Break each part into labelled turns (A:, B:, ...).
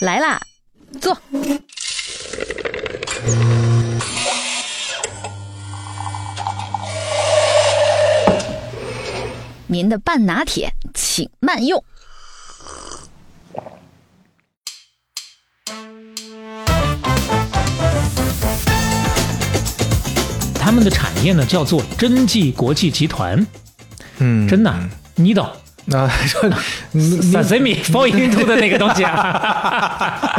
A: 来啦，坐。您的半拿铁，请慢用。
B: 他们的产业呢叫做真记国际集团，
C: 嗯，啊
B: 真的，你懂。
C: 那你
B: 三 C 米 fall into 的那个东西 啊，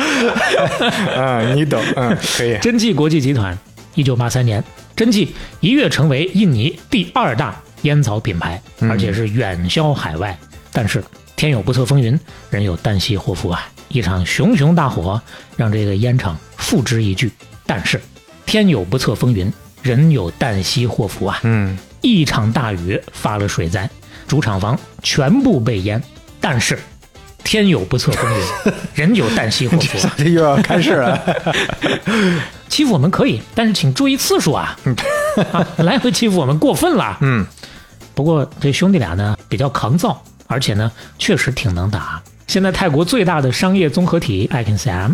C: 嗯，你懂，嗯，可以，
B: 真记国际集团，一九八三年，真记一跃成为印尼第二大烟草品牌，
C: 嗯
B: 而且是远销海外。但是天有不测风云，人有旦夕祸福啊！一场熊熊大火让这个烟厂付之一炬。但是天有不测风云，人有旦夕祸福啊！
C: 嗯
B: 一场大雨发了水灾，主厂房全部被淹。但是天有不测风云，人有旦夕祸福。
C: 这又要开始了，
B: 欺负我们可以，但是请注意次数啊！啊来回欺负我们过分了。
C: 嗯
B: 不过这兄弟俩呢比较抗造，而且呢确实挺能打。现在泰国最大的商业综合体 Icon CM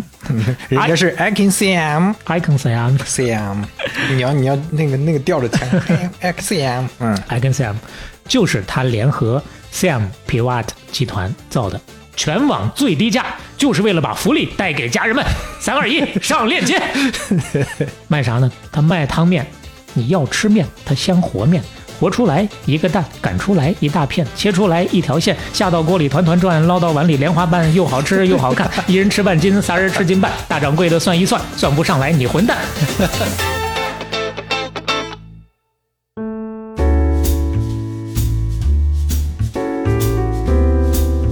C: 人家是 I can CM
B: Icon CM
C: CM，你要你要那个那个吊着枪 I can CM，嗯
B: Icon CM 就是他联合 Sam Pivat 集团造的，全网最低价，就是为了把福利带给家人们。三二一，上链接。卖啥呢？他卖汤面，你要吃面，他先和面。和出来一个蛋，擀出来一大片，切出来一条线，下到锅里团团转，捞到碗里莲花瓣，又好吃又好看。一人吃半斤，仨人吃斤半。大掌柜的算一算，算不上来，你混蛋。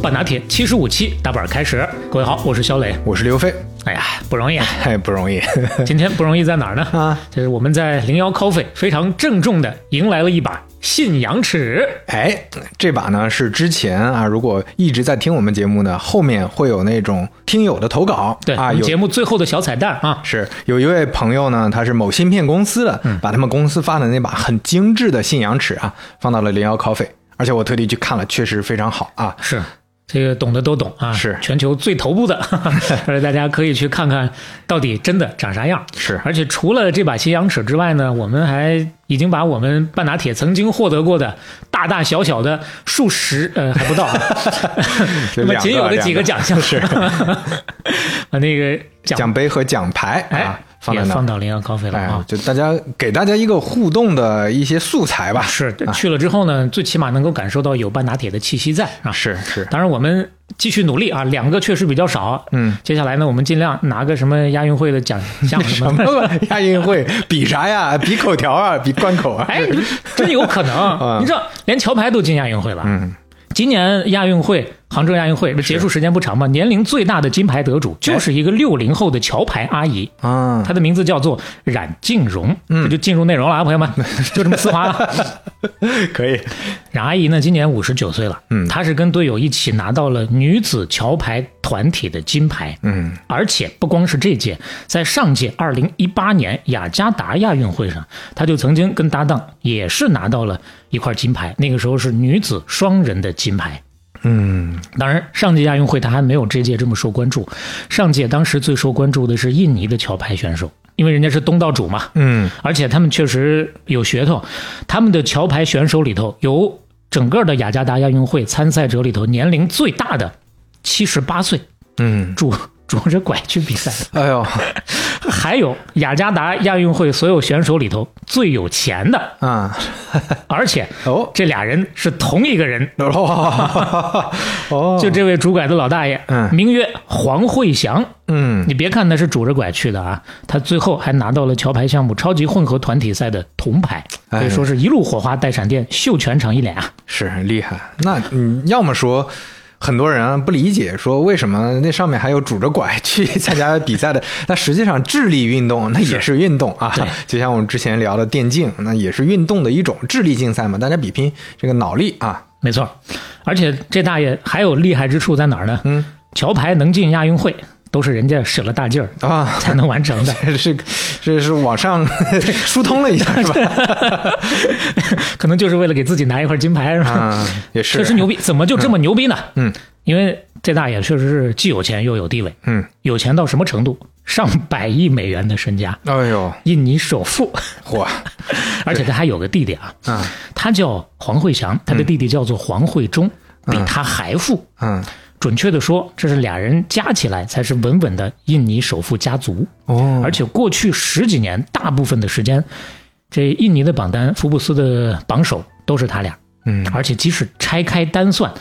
B: 半拿铁七十五期打板开始，各位好，我是肖磊。
C: 我是刘飞，
B: 哎呀，不容易啊！
C: 太不容易，
B: 今天不容易在哪儿呢？
C: 啊，
B: 就是我们在零幺 Coffee 非常郑重的迎来了一把信仰尺。
C: 哎，这把呢是之前啊，如果一直在听我们节目呢，后面会有那种听友的投稿，
B: 对，
C: 啊，
B: 我们
C: 有
B: 节目最后的小彩蛋啊，
C: 是有一位朋友呢，他是某芯片公司的，把他们公司发的那把很精致的信仰尺啊，放到了零幺 coffee，而且我特地去看了，确实非常好啊。
B: 是。这个懂的都懂啊，
C: 是
B: 全球最头部 的，所以大家可以去看看到底真的长啥样。
C: 是
B: 而且除了这把信仰尺之外呢，我们还已经把我们半拿铁曾经获得过的大大小小的数十呃还不到啊， 那么仅有的几个奖项
C: 是
B: 把那个奖
C: 奖杯和奖牌啊
B: 哎，
C: 放在
B: 也
C: 那
B: 放
C: 儿。
B: 到零幺 coffee 了啊。
C: 哎，就大家给大家一个互动的一些素材吧。
B: 是去了之后呢，最起码能够感受到有半拿铁的气息在啊。
C: 是是，
B: 当然，我们继续努力啊，两个确实比较少。
C: 嗯，
B: 接下来呢，我们尽量拿个什么亚运会的奖项什
C: 什
B: 么的。
C: 么玩意儿亚运会比啥呀？ 比口条啊？比关口啊？
B: 哎，你真有可 能，
C: 嗯
B: 你知道，连桥牌都进亚运会了。
C: 嗯，
B: 今年亚运会，杭州亚运会这结束时间不长嘛，年龄最大的金牌得主就是一个六零后的桥牌阿姨，
C: 哎啊，嗯
B: 她的名字叫做冉静荣。这就进入内容了啊，朋友们，就这么丝滑 了。
C: 可以，
B: 冉阿姨呢，今年五十九岁了，
C: 嗯
B: 她是跟队友一起拿到了女子桥牌团体的金牌，
C: 嗯
B: 而且不光是这届，在上届二零一八年雅加达亚运会上，她就曾经跟搭档也是拿到了一块金牌，那个时候是女子双人的金牌。
C: 嗯
B: 当然，上届亚运会她还没有这届这么受关注，上届当时最受关注的是印尼的桥牌选手，因为人家是东道主嘛，
C: 嗯
B: 而且他们确实有噱头，他们的桥牌选手里头有整个的雅加达亚运会参赛者里头年龄最大的，七十八岁，
C: 嗯，
B: 拄拄着拐去比赛 的，
C: 哎呦
B: 还有雅加达亚运会所有选手里头最有钱的，
C: 啊
B: 而且
C: 哦
B: 这俩人是同一个人，
C: 哦 哦，
B: 就这位拄拐的老大爷，
C: 嗯
B: 名曰黄慧祥。
C: 嗯
B: 你别看他是拄着拐去的啊，他最后还拿到了桥牌项目超级混合团体赛的铜牌，可以
C: 哎
B: 说是一路火花带闪电，秀全场一脸啊！
C: 是厉害。那你要么说。很多人啊不理解，说为什么那上面还有拄着拐去 参加比赛的？那实际上，智力运动那也是运动啊
B: 对，
C: 就像我们之前聊的电竞，那也是运动的一种智力竞赛嘛，大家比拼这个脑力啊。
B: 没错，而且这大爷还有厉害之处在哪儿呢？
C: 嗯
B: 桥牌能进亚运会，都是人家使了大劲儿
C: 啊，
B: 才能完成的。
C: 是是是往上 疏通了一下 是吧？
B: 可能就是为了给自己拿一块金牌，是吧？
C: 啊，也是，
B: 确实牛逼，怎么就这么牛逼呢？
C: 嗯，
B: 因为这大爷确实是既有钱又有地位，
C: 嗯，
B: 有钱到什么程度？上百亿美元的身家，
C: 哎呦，
B: 印尼首富，
C: 嚯，
B: 而且他还有个弟弟啊，
C: 嗯
B: 他叫黄慧祥，他的弟弟叫做黄慧忠，比他还富。
C: 嗯，
B: 准确的说，这是俩人加起来才是稳稳的印尼首富家族。
C: 哦，
B: 而且过去十几年，大部分的时间，这印尼的榜单，福布斯的榜首都是他俩。
C: 嗯
B: 而且即使拆开单算，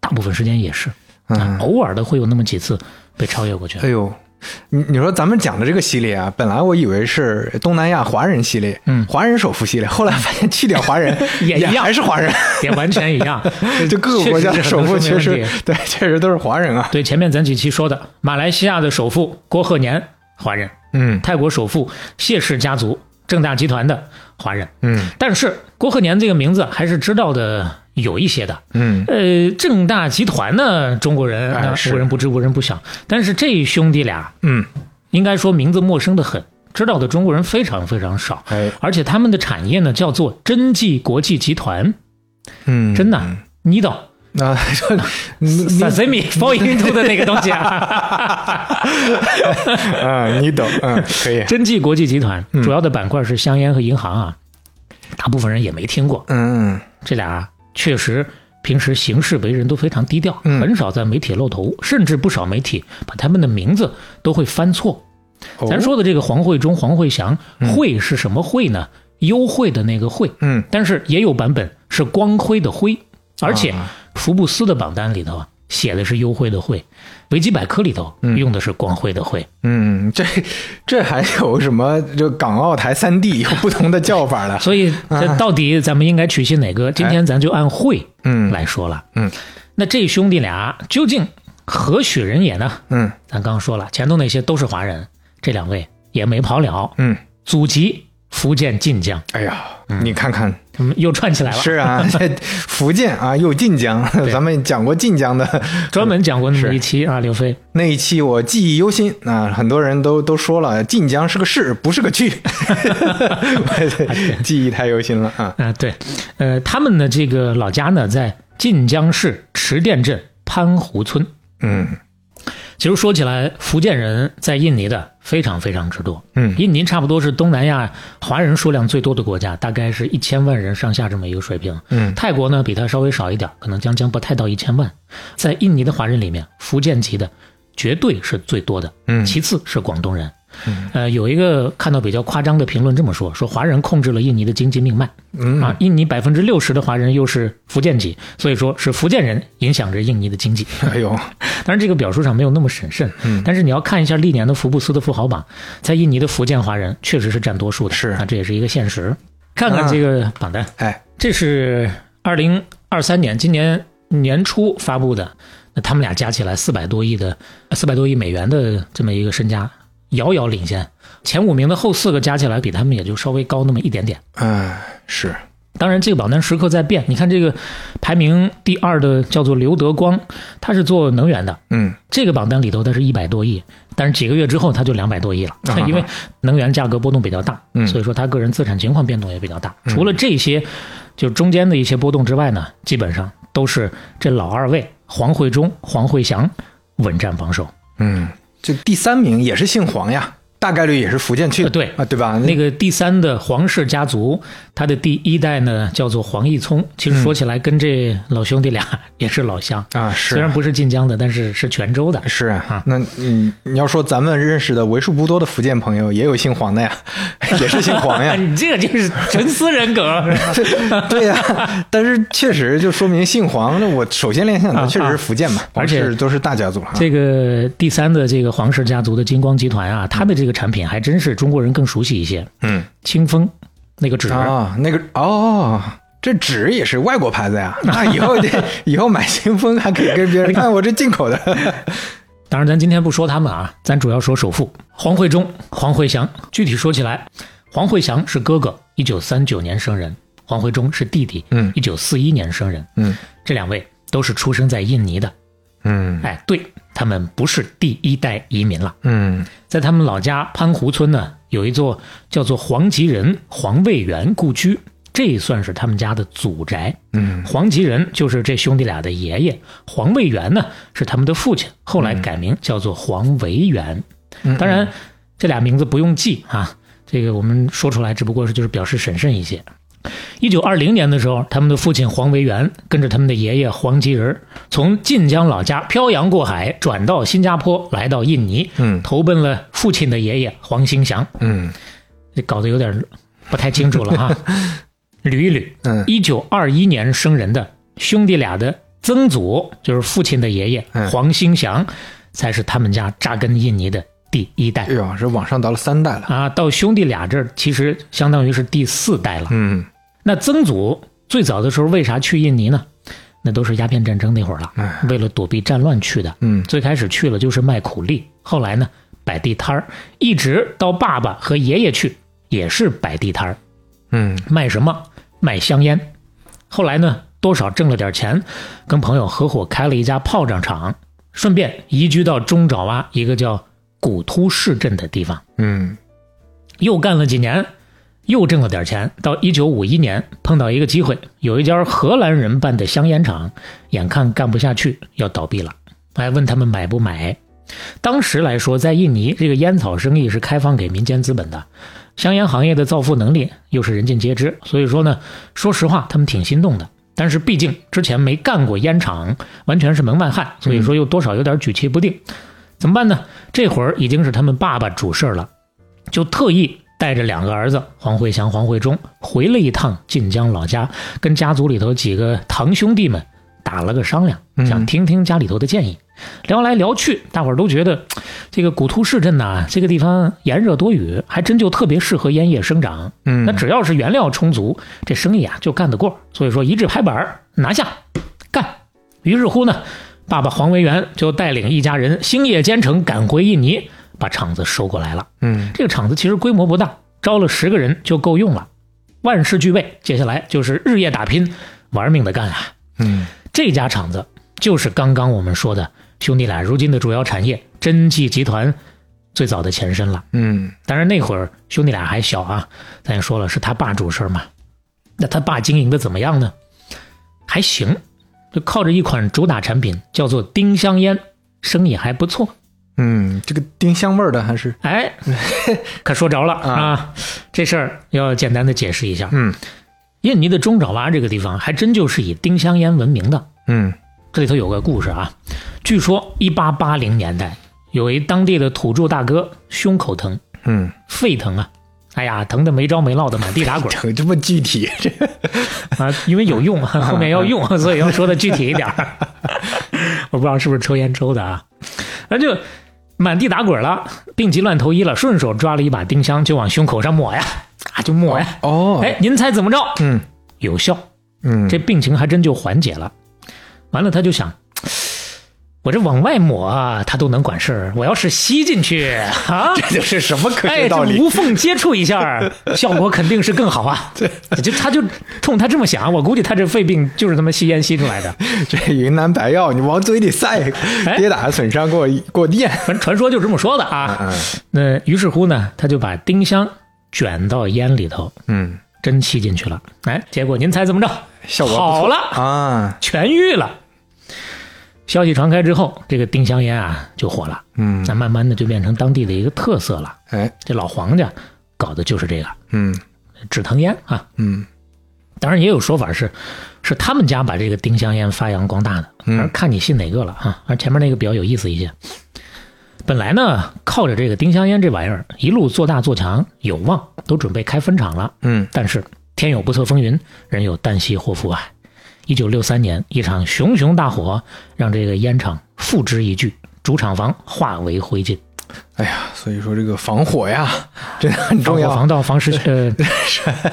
B: 大部分时间也是，
C: 嗯，
B: 偶尔的会有那么几次被超越过 去。
C: 哎呦。你你说咱们讲的这个系列啊，本来我以为是东南亚华人系列，
B: 嗯
C: 华人首富系列，后来发现去掉华人
B: 也一样
C: 还是华人，，
B: 也完全一样
C: 就各个国家的首富确
B: 确实是很多说明
C: 实
B: 问题
C: 对，确实都是华人啊，
B: 对前面咱几期说的，马来西亚的首富郭鹤年华人，
C: 嗯
B: 泰国首富谢氏家族正大集团的华人，
C: 嗯
B: 但是郭鹤年这个名字还是知道的有一些的。
C: 嗯，
B: 呃，正大集团呢，中国人
C: 哎
B: 啊
C: 是
B: 无人不知，无人不晓。但是这兄弟俩
C: 嗯，
B: 应该说名字陌生的很，知道的中国人非常非常少。
C: 哎，
B: 而且他们的产业呢叫做真迹国际集团，
C: 嗯，
B: 真的，你懂。
C: 啊，说你你
B: 三 m i fall into 的那个东西啊，
C: 嗯啊，你懂， 嗯，可以，
B: 真迹国际集团
C: 嗯
B: 主要的板块是香烟和银行啊，大部分人也没听过。
C: 嗯
B: 这俩啊确实平时行事为人都非常低调，
C: 嗯
B: 很少在媒体露头，甚至不少媒体把他们的名字都会翻错。
C: 嗯，
B: 咱，说的这个黄慧忠、黄慧祥，慧是什么慧呢？优惠的那个惠，
C: 嗯
B: 但是也有版本是光辉的辉，而且
C: 啊
B: 福布斯的榜单里头啊写的是优惠的惠，维基百科里头用的是光辉的辉。
C: 嗯，这这还有什么？就港澳台三地有不同的叫法了，
B: 所以这
C: 啊
B: 到底咱们应该取信哪个？今
C: 哎
B: 天咱就按会
C: 嗯
B: 来说了。
C: 嗯，
B: 那这兄弟俩究竟何许人也呢？
C: 嗯
B: 咱刚说了，前头那些都是华人，这两位也没跑了，
C: 嗯，
B: 祖籍福建晋江，
C: 哎呀，
B: 嗯
C: 你看看，
B: 他们又串起来了。
C: 是啊， 这福建啊，又晋江，咱们讲过晋江的
B: 专门讲过那么一期啊，刘飞，
C: 那一期，我记忆犹新啊，很多人都都说了，晋江是个市，不是个区， 我记忆太犹新了啊，
B: 啊、对，呃，他们的这个老家呢，在晋江市池店镇潘湖村。
C: 嗯
B: 其实说起来，福建人在印尼的非常非常之多。
C: 嗯
B: 印尼差不多是东南亚华人数量最多的国家，大概是一千万人上下这么一个水平。
C: 嗯
B: 泰国呢，比它稍微少一点，可能将将不太到一千万。在印尼的华人里面，福建籍的绝对是最多的，
C: 嗯
B: 其次是广东人。呃，有一个看到比较夸张的评论这么说：说华人控制了印尼的经济命脉
C: 嗯
B: 啊，印尼百分之六十的华人又是福建籍，所以说是福建人影响着印尼的经济。
C: 哎呦，
B: 当然，这个表述上没有那么审慎，
C: 嗯
B: 但是你要看一下历年的福布斯的富豪榜，在印尼的福建华人确实是占多数的，
C: 是
B: 啊，这也是一个现实。看看这个榜单，
C: 哎，
B: 这是二零二三年今年年初发布的，那他们俩加起来四百多亿的四百多亿美元的这么一个身家，遥遥领先前五名的后四个加起来比他们也就稍微高那么一点点。
C: 嗯，是，
B: 当然，这个榜单时刻在变。你看，这个排名第二的叫做刘德光，他是做能源的，
C: 嗯
B: 这个榜单里头它是一百多亿，但是几个月之后它就两百多亿了
C: 啊哈，
B: 因为能源价格波动比较大，
C: 嗯
B: 所以说他个人资产情况变动也比较大。除了这些，就中间的一些波动之外呢，基本上都是这老二位黄慧忠、黄慧祥稳占榜首。
C: 嗯，这第三名也是姓黄呀，大概率也是福建去的，
B: 呃对
C: 啊，对吧？
B: 那个第三的黄氏家族，他的第一代呢叫做黄义聪，其
C: 嗯
B: 实说起来跟这老兄弟俩 也是老乡，
C: 啊是
B: 虽然不是晋江的，但是是泉州的。
C: 是啊
B: 啊，
C: 那你你要说咱们认识的为数不多的福建朋友，也有姓黄的呀， 也是姓黄
B: 哎
C: 呀。
B: 你这个就是纯私人梗，
C: 对呀、但是确实就说明姓黄，那我首先联想到确实是福建嘛，
B: 而且
C: 黄氏都是大家族啊。
B: 这个第三的这个黄氏家族的金光集团啊，它的这个产品还真是中国人更熟悉一些。
C: 嗯
B: 清风那个纸，
C: 啊，那个哦，这纸也是外国牌子呀， 那以后这以后买新风还可以跟别人看我这进口的。
B: 当然咱今天不说他们啊，咱主要说首富黄慧忠、黄慧祥。具体说起来，黄慧祥是哥哥，一九三九年生人；黄慧忠是弟弟，
C: 嗯
B: 一九四一年生人。
C: 嗯
B: 这两位都是出生在印尼的。
C: 嗯
B: 哎，对他们不是第一代移民了。
C: 嗯
B: 在他们老家潘湖村呢，有一座叫做黄吉人黄卫园故居。这算是他们家的祖宅。
C: 嗯，
B: 黄吉仁就是这兄弟俩的爷爷，黄卫元呢是他们的父亲，后来改名叫做黄维元。
C: 嗯
B: 当然，这俩名字不用记啊，这个我们说出来只不过是就是表示审慎一些。一九二零年的时候，他们的父亲黄维元跟着他们的爷爷黄吉仁从晋江老家漂洋过海，转到新加坡，来到印尼，
C: 嗯
B: 投奔了父亲的爷爷黄兴祥。
C: 嗯
B: 这搞得有点不太清楚了 哈，捋一捋。
C: 嗯
B: 一九二一年生人的兄弟俩的曾祖，就是父亲的爷爷
C: 嗯
B: 黄兴祥，才是他们家扎根印尼的第一代
C: 哎呦，这往上到了三代了。
B: 啊。到兄弟俩这儿，其实相当于是第四代了。
C: 嗯
B: 那曾祖最早的时候为啥去印尼呢？那都是鸦片战争那会儿了，
C: 哎
B: 为了躲避战乱去的。
C: 嗯
B: 最开始去了就是卖苦力，后来呢摆地摊儿，一直到爸爸和爷爷去也是摆地摊儿。
C: 嗯
B: 卖什么？卖香烟。后来呢，多少挣了点钱，跟朋友合伙开了一家炮仗厂，顺便移居到中爪哇一个叫古突市镇的地方，
C: 嗯
B: 又干了几年，又挣了点钱。到一九五一年，碰到一个机会，有一家荷兰人办的香烟厂，眼看干不下去，要倒闭了，还问他们买不买。当时来说，在印尼，这个烟草生意是开放给民间资本的，香烟行业的造富能力又是人尽皆知，所以说呢，说实话，他们挺心动的。但是毕竟之前没干过烟厂，完全是门外汉，所以说又多少有点举棋不定。怎么办呢？这会儿已经是他们爸爸主事儿了，就特意带着两个儿子黄慧祥、黄慧忠回了一趟晋江老家，跟家族里头几个堂兄弟们打了个商量，
C: 嗯
B: 想听听家里头的建议。聊来聊去，大伙儿都觉得这个古突市镇呐、这个地方炎热多雨，还真就特别适合烟叶生长。
C: 嗯，
B: 那只要是原料充足，这生意啊就干得过。所以说一致拍板儿拿下，干。于是乎呢，爸爸黄维元就带领一家人星夜兼程赶回印尼，把厂子收过来了。
C: 嗯
B: 这个厂子其实规模不大，招了十个人就够用了，万事俱备。接下来就是日夜打拼，玩命的干啊！
C: 嗯
B: 这家厂子就是刚刚我们说的兄弟俩如今的主要产业真记集团最早的前身了。
C: 嗯
B: 当然那会儿兄弟俩还小啊，咱也说了是他爸主事儿嘛。那他爸经营的怎么样呢？还行，就靠着一款主打产品叫做丁香烟，生意还不错。
C: 嗯，这个丁香味儿的还是
B: 哎，可说着了
C: 啊
B: 啊！这事儿要简单的解释一下。
C: 嗯
B: 印尼的中爪哇这个地方还真就是以丁香烟闻名的。
C: 嗯
B: 这里头有个故事啊，据说一八八零年代，有一当地的土著大哥胸口疼、
C: 嗯，
B: 肺疼啊，哎呀，疼得没着没落的，满地打滚
C: 这么具体，这
B: 啊，因为有 用，后面要用，所以要说的具体一点儿。我不知道是不是抽烟抽的啊，那就满地打滚了，病急乱投医了，顺手抓了一把丁香就往胸口上抹呀，啊，就抹呀，
C: 哦，
B: 哎，您猜怎么着？
C: 嗯
B: 有效。
C: 嗯，
B: 这病情还真就缓解了。完了，他就想，我这往外抹啊，他都能管事儿，我要是吸进去 啊，
C: 这是什么科
B: 哎，
C: 学
B: 这
C: 道理？
B: 无缝接触一下儿，效果肯定是更好啊。就他就冲他这么想，我估计他这肺病就是他妈吸烟吸出 来的。
C: 这云南白药，你往嘴里塞，
B: 哎
C: 跌打损伤过过电。
B: 反正传说就这么说的
C: 嗯
B: 啊。 那于是乎呢，他就把丁香卷到烟里头，
C: 嗯，
B: 真吸进去了。哎，结果您猜怎么着？
C: 效果不错
B: 好了。
C: 啊，
B: 痊愈了。消息传开之后，这个丁香烟啊就火了，
C: 嗯，
B: 那慢慢的就变成当地的一个特色了。
C: 哎，
B: 这老黄家搞的就是这个
C: 嗯
B: 止疼烟啊，
C: 嗯
B: 当然也有说法是，是他们家把这个丁香烟发扬光大的，反
C: 嗯
B: 正看你信哪个了啊。而前面那个比较有意思一些。本来呢，靠着这个丁香烟这玩意儿一路做大做强，有望都准备开分厂了。
C: 嗯
B: 但是天有不测风云，人有旦夕祸福啊！一九六三年，一场熊熊大火让这个烟厂付之一炬，主厂房化为灰烬。
C: 哎呀，所以说这个防火 呀，真的很
B: 防
C: 重
B: 火、
C: 要。
B: 防盗、防石 呃，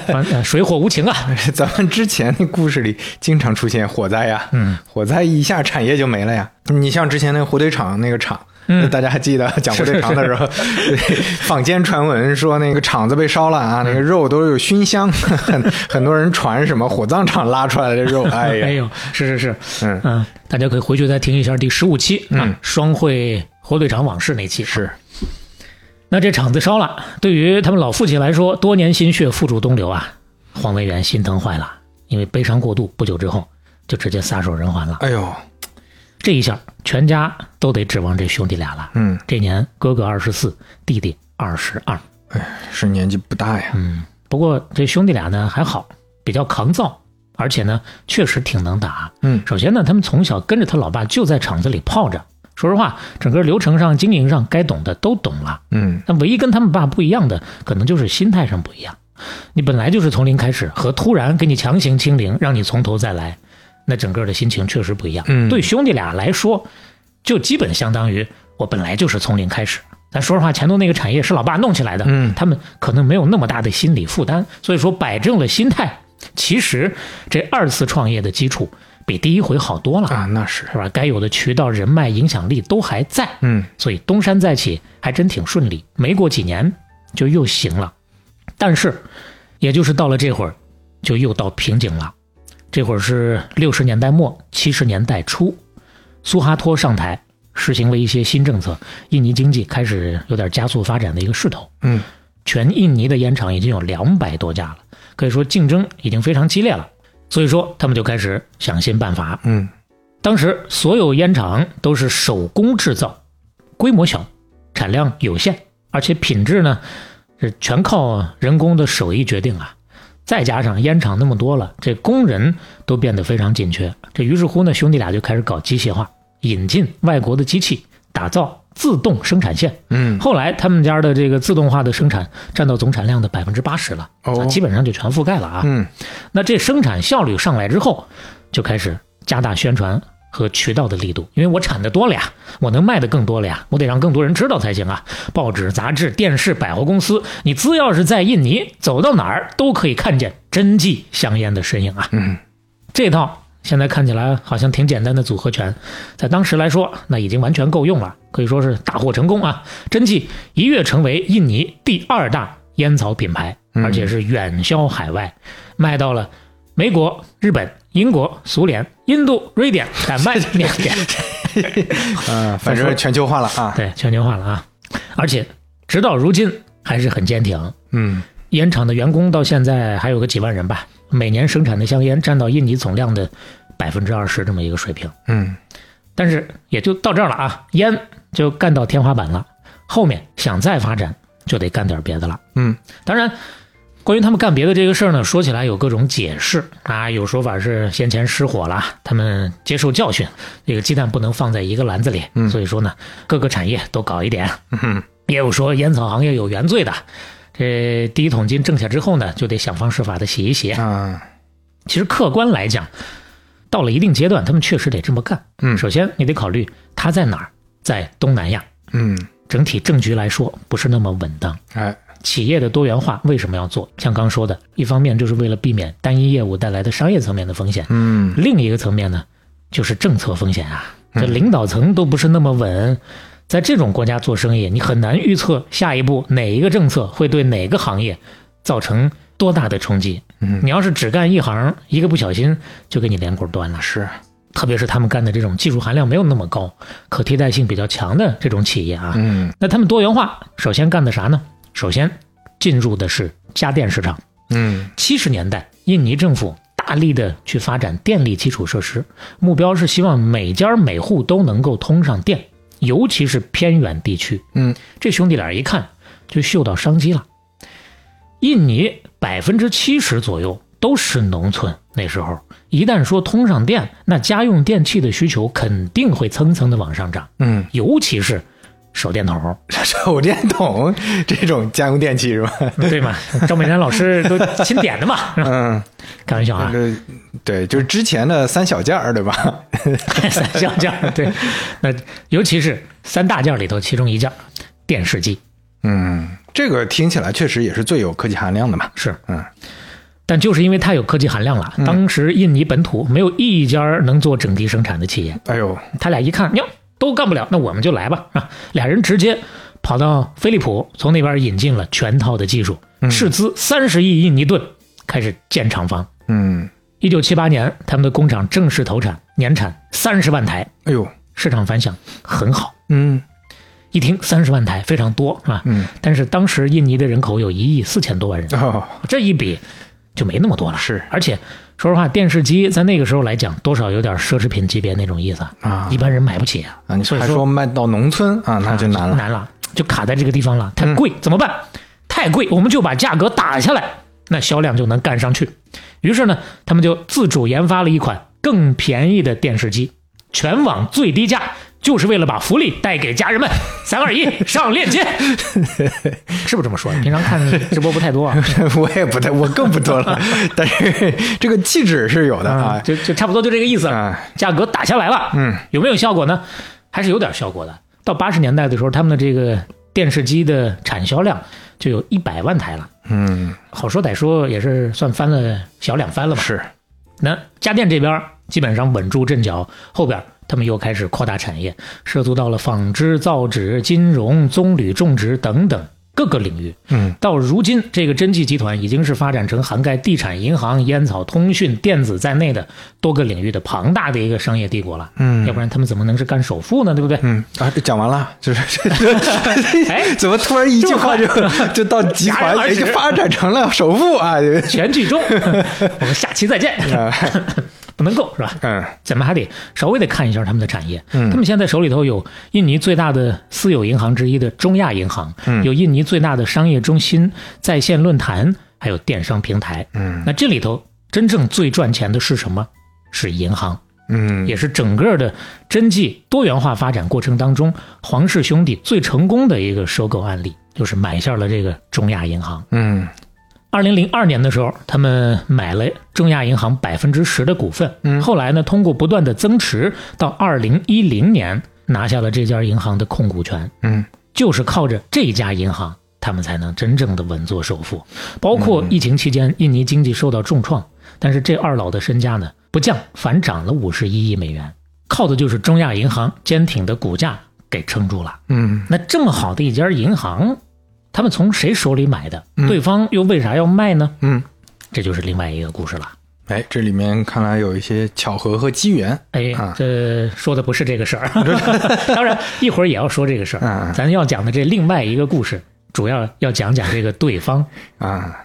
B: 防呃水火无情啊！
C: 咱们之前那故事里经常出现火灾呀，
B: 嗯，
C: 火灾一下产业就没了呀。你像之前那火腿肠那个厂，
B: 嗯
C: 大家还记得讲火腿肠的 时候，坊间传闻说那个厂子被烧了
B: 嗯
C: 啊，那个肉都有熏香， 很很多人传什么火葬场拉出来的肉，哎
B: 哎
C: 呀，
B: 呦，是是是，
C: 嗯
B: 嗯、大家可以回去再听一下第十五期啊，
C: 嗯
B: 双汇火腿肠往事那期是。那这厂子烧了，对于他们老父亲来说，多年心血付诸东流啊，黄维源心疼坏了，因为悲伤过度，不久之后就直接撒手人寰了。
C: 哎呦，
B: 这一下，全家都得指望这兄弟俩了。
C: 嗯，
B: 这年哥哥二十四，弟弟二十二。
C: 是年纪不大呀。
B: 不过这兄弟俩呢还好，比较抗造，而且呢确实挺能打。
C: 嗯
B: 首先呢，他们从小跟着他老爸就在厂子里泡着。说实话，整个流程上、经营上该懂的都懂了。
C: 嗯
B: 但唯一跟他们爸不一样的，可能就是心态上不一样。你本来就是从零开始，和突然给你强行清零，让你从头再来，那整个的心情确实不一样。
C: 嗯
B: 对兄弟俩来说，就基本相当于我本来就是从零开始。咱说实话，前头那个产业是老爸弄起来的，
C: 嗯
B: 他们可能没有那么大的心理负担，所以说摆正了心态，其实这二次创业的基础比第一回好多了，
C: 啊，那是。
B: 是吧？该有的渠道、人脉、影响力都还在，
C: 嗯
B: 所以东山再起还真挺顺利，没过几年就又行了。但是，也就是到了这会儿，就又到瓶颈了。这会儿是六十年代末七十年代初，苏哈托上台，实行了一些新政策，印尼经济开始有点加速发展的一个势头。
C: 嗯
B: 全印尼的烟厂已经有两百多家了，可以说竞争已经非常激烈了。所以说，他们就开始想新办法，
C: 嗯
B: 当时所有烟厂都是手工制造，规模小，产量有限，而且品质呢是全靠人工的手艺决定啊。再加上烟厂那么多了，这工人都变得非常紧缺。这于是乎呢，兄弟俩就开始搞机械化，引进外国的机器，打造自动生产线。
C: 嗯
B: 后来他们家的这个自动化的生产占到总产量的百分之八十了，
C: 哦
B: 啊基本上就全覆盖了啊。
C: 嗯
B: 那这生产效率上来之后，就开始加大宣传和渠道的力度，因为我产的多了呀，我能卖的更多了呀，我得让更多人知道才行啊！报纸、杂志、电视、百货公司，你只要是在印尼，走到哪儿都可以看见真迹香烟的身影啊！
C: 嗯，
B: 这套现在看起来好像挺简单的组合拳，在当时来说，那已经完全够用了，可以说是大获成功啊！真迹一跃成为印尼第二大烟草品牌，而且是远销海外，卖到了美国、日本、英国、苏联、印度、瑞典、丹麦缅甸，
C: 啊，反正全球化了啊。
B: 对，全球化了啊！而且直到如今还是很坚挺。
C: 嗯
B: 烟厂的员工到现在还有个几万人吧，每年生产的香烟占到印尼总量的百分之二十这么一个水平。
C: 嗯
B: 但是也就到这儿了啊，烟就干到天花板了，后面想再发展就得干点别的了。
C: 嗯
B: 当然，关于他们干别的这个事儿呢，说起来有各种解释啊，有说法是先前失火了，他们接受教训，这个鸡蛋不能放在一个篮子里，
C: 嗯
B: 所以说呢，各个产业都搞一点。
C: 嗯
B: 也有说烟草行业有原罪的，这第一桶金挣下之后呢，就得想方设法的洗一洗。
C: 啊
B: 其实客观来讲，到了一定阶段，他们确实得这么干。
C: 嗯
B: 首先你得考虑它在哪儿，在东南亚，
C: 嗯，
B: 整体政局来说不是那么稳当。
C: 哎，
B: 企业的多元化为什么要做？像刚说的，一方面就是为了避免单一业务带来的商业层面的风险，
C: 嗯
B: 另一个层面呢，就是政策风险啊。这领导层都不是那么稳，在这种国家做生意，你很难预测下一步哪一个政策会对哪个行业造成多大的冲击。
C: 嗯
B: 你要是只干一行，一个不小心就给你连滚端了。
C: 是，啊
B: 特别是他们干的这种技术含量没有那么高、可替代性比较强的这种企业啊，
C: 嗯
B: 那他们多元化首先干的啥呢？首先进入的是家电市场。
C: 嗯
B: 七十年代，印尼政府大力的去发展电力基础设施，目标是希望每家每户都能够通上电，尤其是偏远地区。
C: 嗯
B: 这兄弟俩一看就嗅到商机了。印尼百分之七十左右都是农村，那时候一旦说通上电，那家用电器的需求肯定会蹭蹭的往上涨，
C: 嗯，
B: 尤其是手电筒。
C: 手电筒这种家用电器 是吧？
B: 对嘛？赵本山老师都钦点的嘛，是吧
C: 嗯，
B: 开玩笑啊，
C: 这对，就是之前的三小件儿对吧？
B: 三小件儿对，那尤其是三大件儿里头，其中一件儿电视机
C: 嗯，这个听起来确实也是最有科技含量的嘛。
B: 是，
C: 嗯，
B: 但就是因为它有科技含量了，当时印尼本土没有一家儿能做整机生产的企业，
C: 哎呦，
B: 他俩一看哟都干不了，那我们就来吧啊！俩人直接跑到飞利浦，从那边引进了全套的技术，
C: 嗯
B: 斥资三十亿印尼盾开始建厂房。
C: 嗯，
B: 一九七八年，他们的工厂正式投产，年产三十万台，
C: 哎呦，
B: 市场反响很好。
C: 嗯
B: 一听三十万台非常多，是吧？
C: 嗯，
B: 但是当时印尼的人口有一亿四千多万人，
C: 哦，
B: 这一比就没那么多了。
C: 是
B: 而且说实话，电视机在那个时候来讲，多少有点奢侈品级别那种意思
C: 啊
B: 一般人买不起啊。
C: 啊，你
B: 所以
C: 还说卖到农村啊，那就难了。嗯
B: 难了，就卡在这个地方了，太贵、怎么办？太贵，我们就把价格打下来，那销量就能干上去。于是呢，他们就自主研发了一款更便宜的电视机，全网最低价，就是为了把福利带给家人们。三二一，上链 接，是不是这么说？平常看直播不太多啊，
C: 我也不太，我更不多 了，但是这个气质是有的 啊。
B: 就就差不多就这个意思了。
C: 啊，
B: 价格打下来了，
C: 嗯，
B: 有没有效果呢？还是有点效果的。到八十年代的时候，他们的这个电视机的产销量就有一百万台了。
C: 嗯，
B: 好说歹说也是算翻了小两番了吧。
C: 是，
B: 那家电这边基本上稳住阵脚，后边他们又开始扩大产业，涉足到了纺织、造纸、金融、棕榈种植等等各个领域。
C: 嗯
B: 到如今，这个真迹集团已经是发展成涵盖地产、银行、烟草、通讯、电子在内的多个领域的庞大的一个商业帝国了。
C: 嗯
B: 要不然他们怎么能是干首富呢？对不 对？
C: 嗯啊，这讲完了，就是 这
B: 哎，
C: 怎么突然一句话就 就到集
B: 戛
C: 团哎
B: 然而止
C: 就发展成了首富啊？ 这个
B: 全剧终， 我们下期再 见。 不能够是吧？
C: 嗯
B: 咱们还得稍微的看一下他们的产业。
C: 嗯
B: 他们现在手里头有印尼最大的私有银行之一的中亚银行，
C: 嗯
B: 有印尼最大的商业中心、在线论坛，还有电商平台。
C: 嗯
B: 那这里头真正最赚钱的是什么？是银行，
C: 嗯，
B: 也是整个的真迹多元化发展过程当中，黄氏兄弟最成功的一个收购案例，就是买下了这个中亚银行。
C: 嗯
B: 二零零二年的时候，他们买了中亚银行百分之十的股份，
C: 嗯
B: 后来呢，通过不断的增持，到二零一零年拿下了这家银行的控股权，
C: 嗯
B: 就是靠着这家银行，他们才能真正的稳坐首富。包括疫情期间，印尼经济受到重创，但是这二老的身家呢，不降反涨了五十一亿美元，靠的就是中亚银行坚挺的股价给撑住了。
C: 嗯
B: 那这么好的一家银行，他们从谁手里买的？
C: 嗯
B: 对方又为啥要卖呢？
C: 嗯，
B: 这就是另外一个故事了。
C: 哎，这里面看来有一些巧合和机缘。
B: 哎
C: 啊，
B: 这说的不是这个事 儿，当然一会儿也要说这个事
C: 嗯
B: 儿。咱要讲的这另外一个故事，主要要讲讲这个对方。
C: 啊，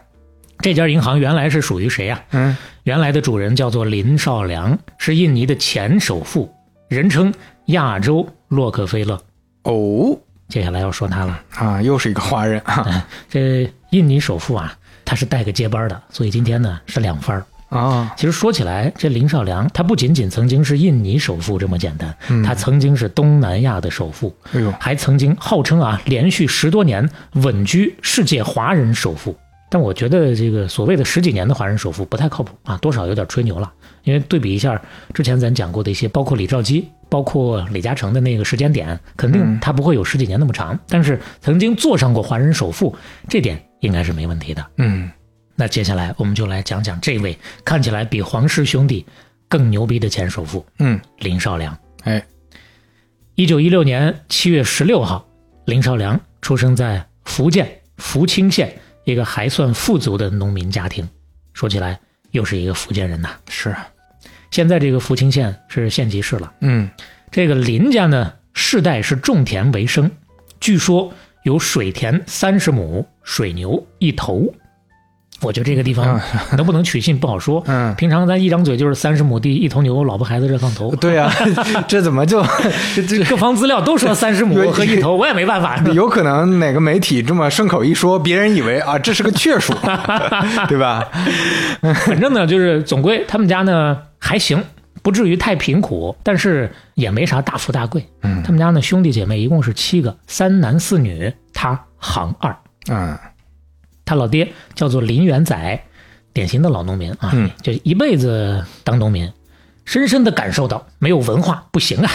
B: 这家银行原来是属于谁呀、
C: 嗯
B: 原来的主人叫做林少良，是印尼的前首富，人称亚洲洛克菲勒。
C: 哦
B: 接下来要说他了。
C: 啊，又是一个华人啊
B: 这印尼首富啊，他是带个接班的，所以今天呢是两番儿。
C: 啊，
B: 其实说起来，这林少良他不仅仅曾经是印尼首富这么简单，他曾经是东南亚的首富，
C: 哎呦，
B: 还曾经号称啊连续十多年稳居世界华人首富。但我觉得这个所谓的十几年的华人首富不太靠谱啊，多少有点吹牛了。因为对比一下之前咱讲过的一些，包括李兆基、包括李嘉诚的那个时间点，肯定他不会有十几年那么长。但是曾经坐上过华人首富，这点应该是没问题的。
C: 嗯
B: 那接下来我们就来讲讲这位看起来比黄氏兄弟更牛逼的前首富
C: 嗯，
B: 林少良。
C: 哎，
B: 一九一六年七月十六号，林少良出生在福建福清县一个还算富足的农民家庭。说起来，又是一个福建人呐。
C: 是，啊
B: 现在这个福清县是县级市了。
C: 嗯
B: 这个林家呢，世代是种田为生，据说有水田三十亩，水牛一头。我觉得这个地方能不能取信不好说。
C: 啊 嗯。
B: 平常咱一张嘴就是三十亩地一头牛，老婆孩子热炕头。
C: 对啊，这怎么 就这这
B: 各方资料都 说三十亩和一头，我也没办法。
C: 有可能哪个媒体这么顺口一说，别人以为啊这是个确 数，对吧？
B: 反正呢，就是总归他们家呢还行，不至于太贫苦，但是也没啥大富大贵。
C: 嗯
B: 他们家呢兄弟姐妹一共是七个，三男四女，他行二。
C: 嗯
B: 他老爹叫做林元仔，典型的老农民啊，
C: 嗯
B: 就一辈子当农民，深深的感受到没有文化不行啊，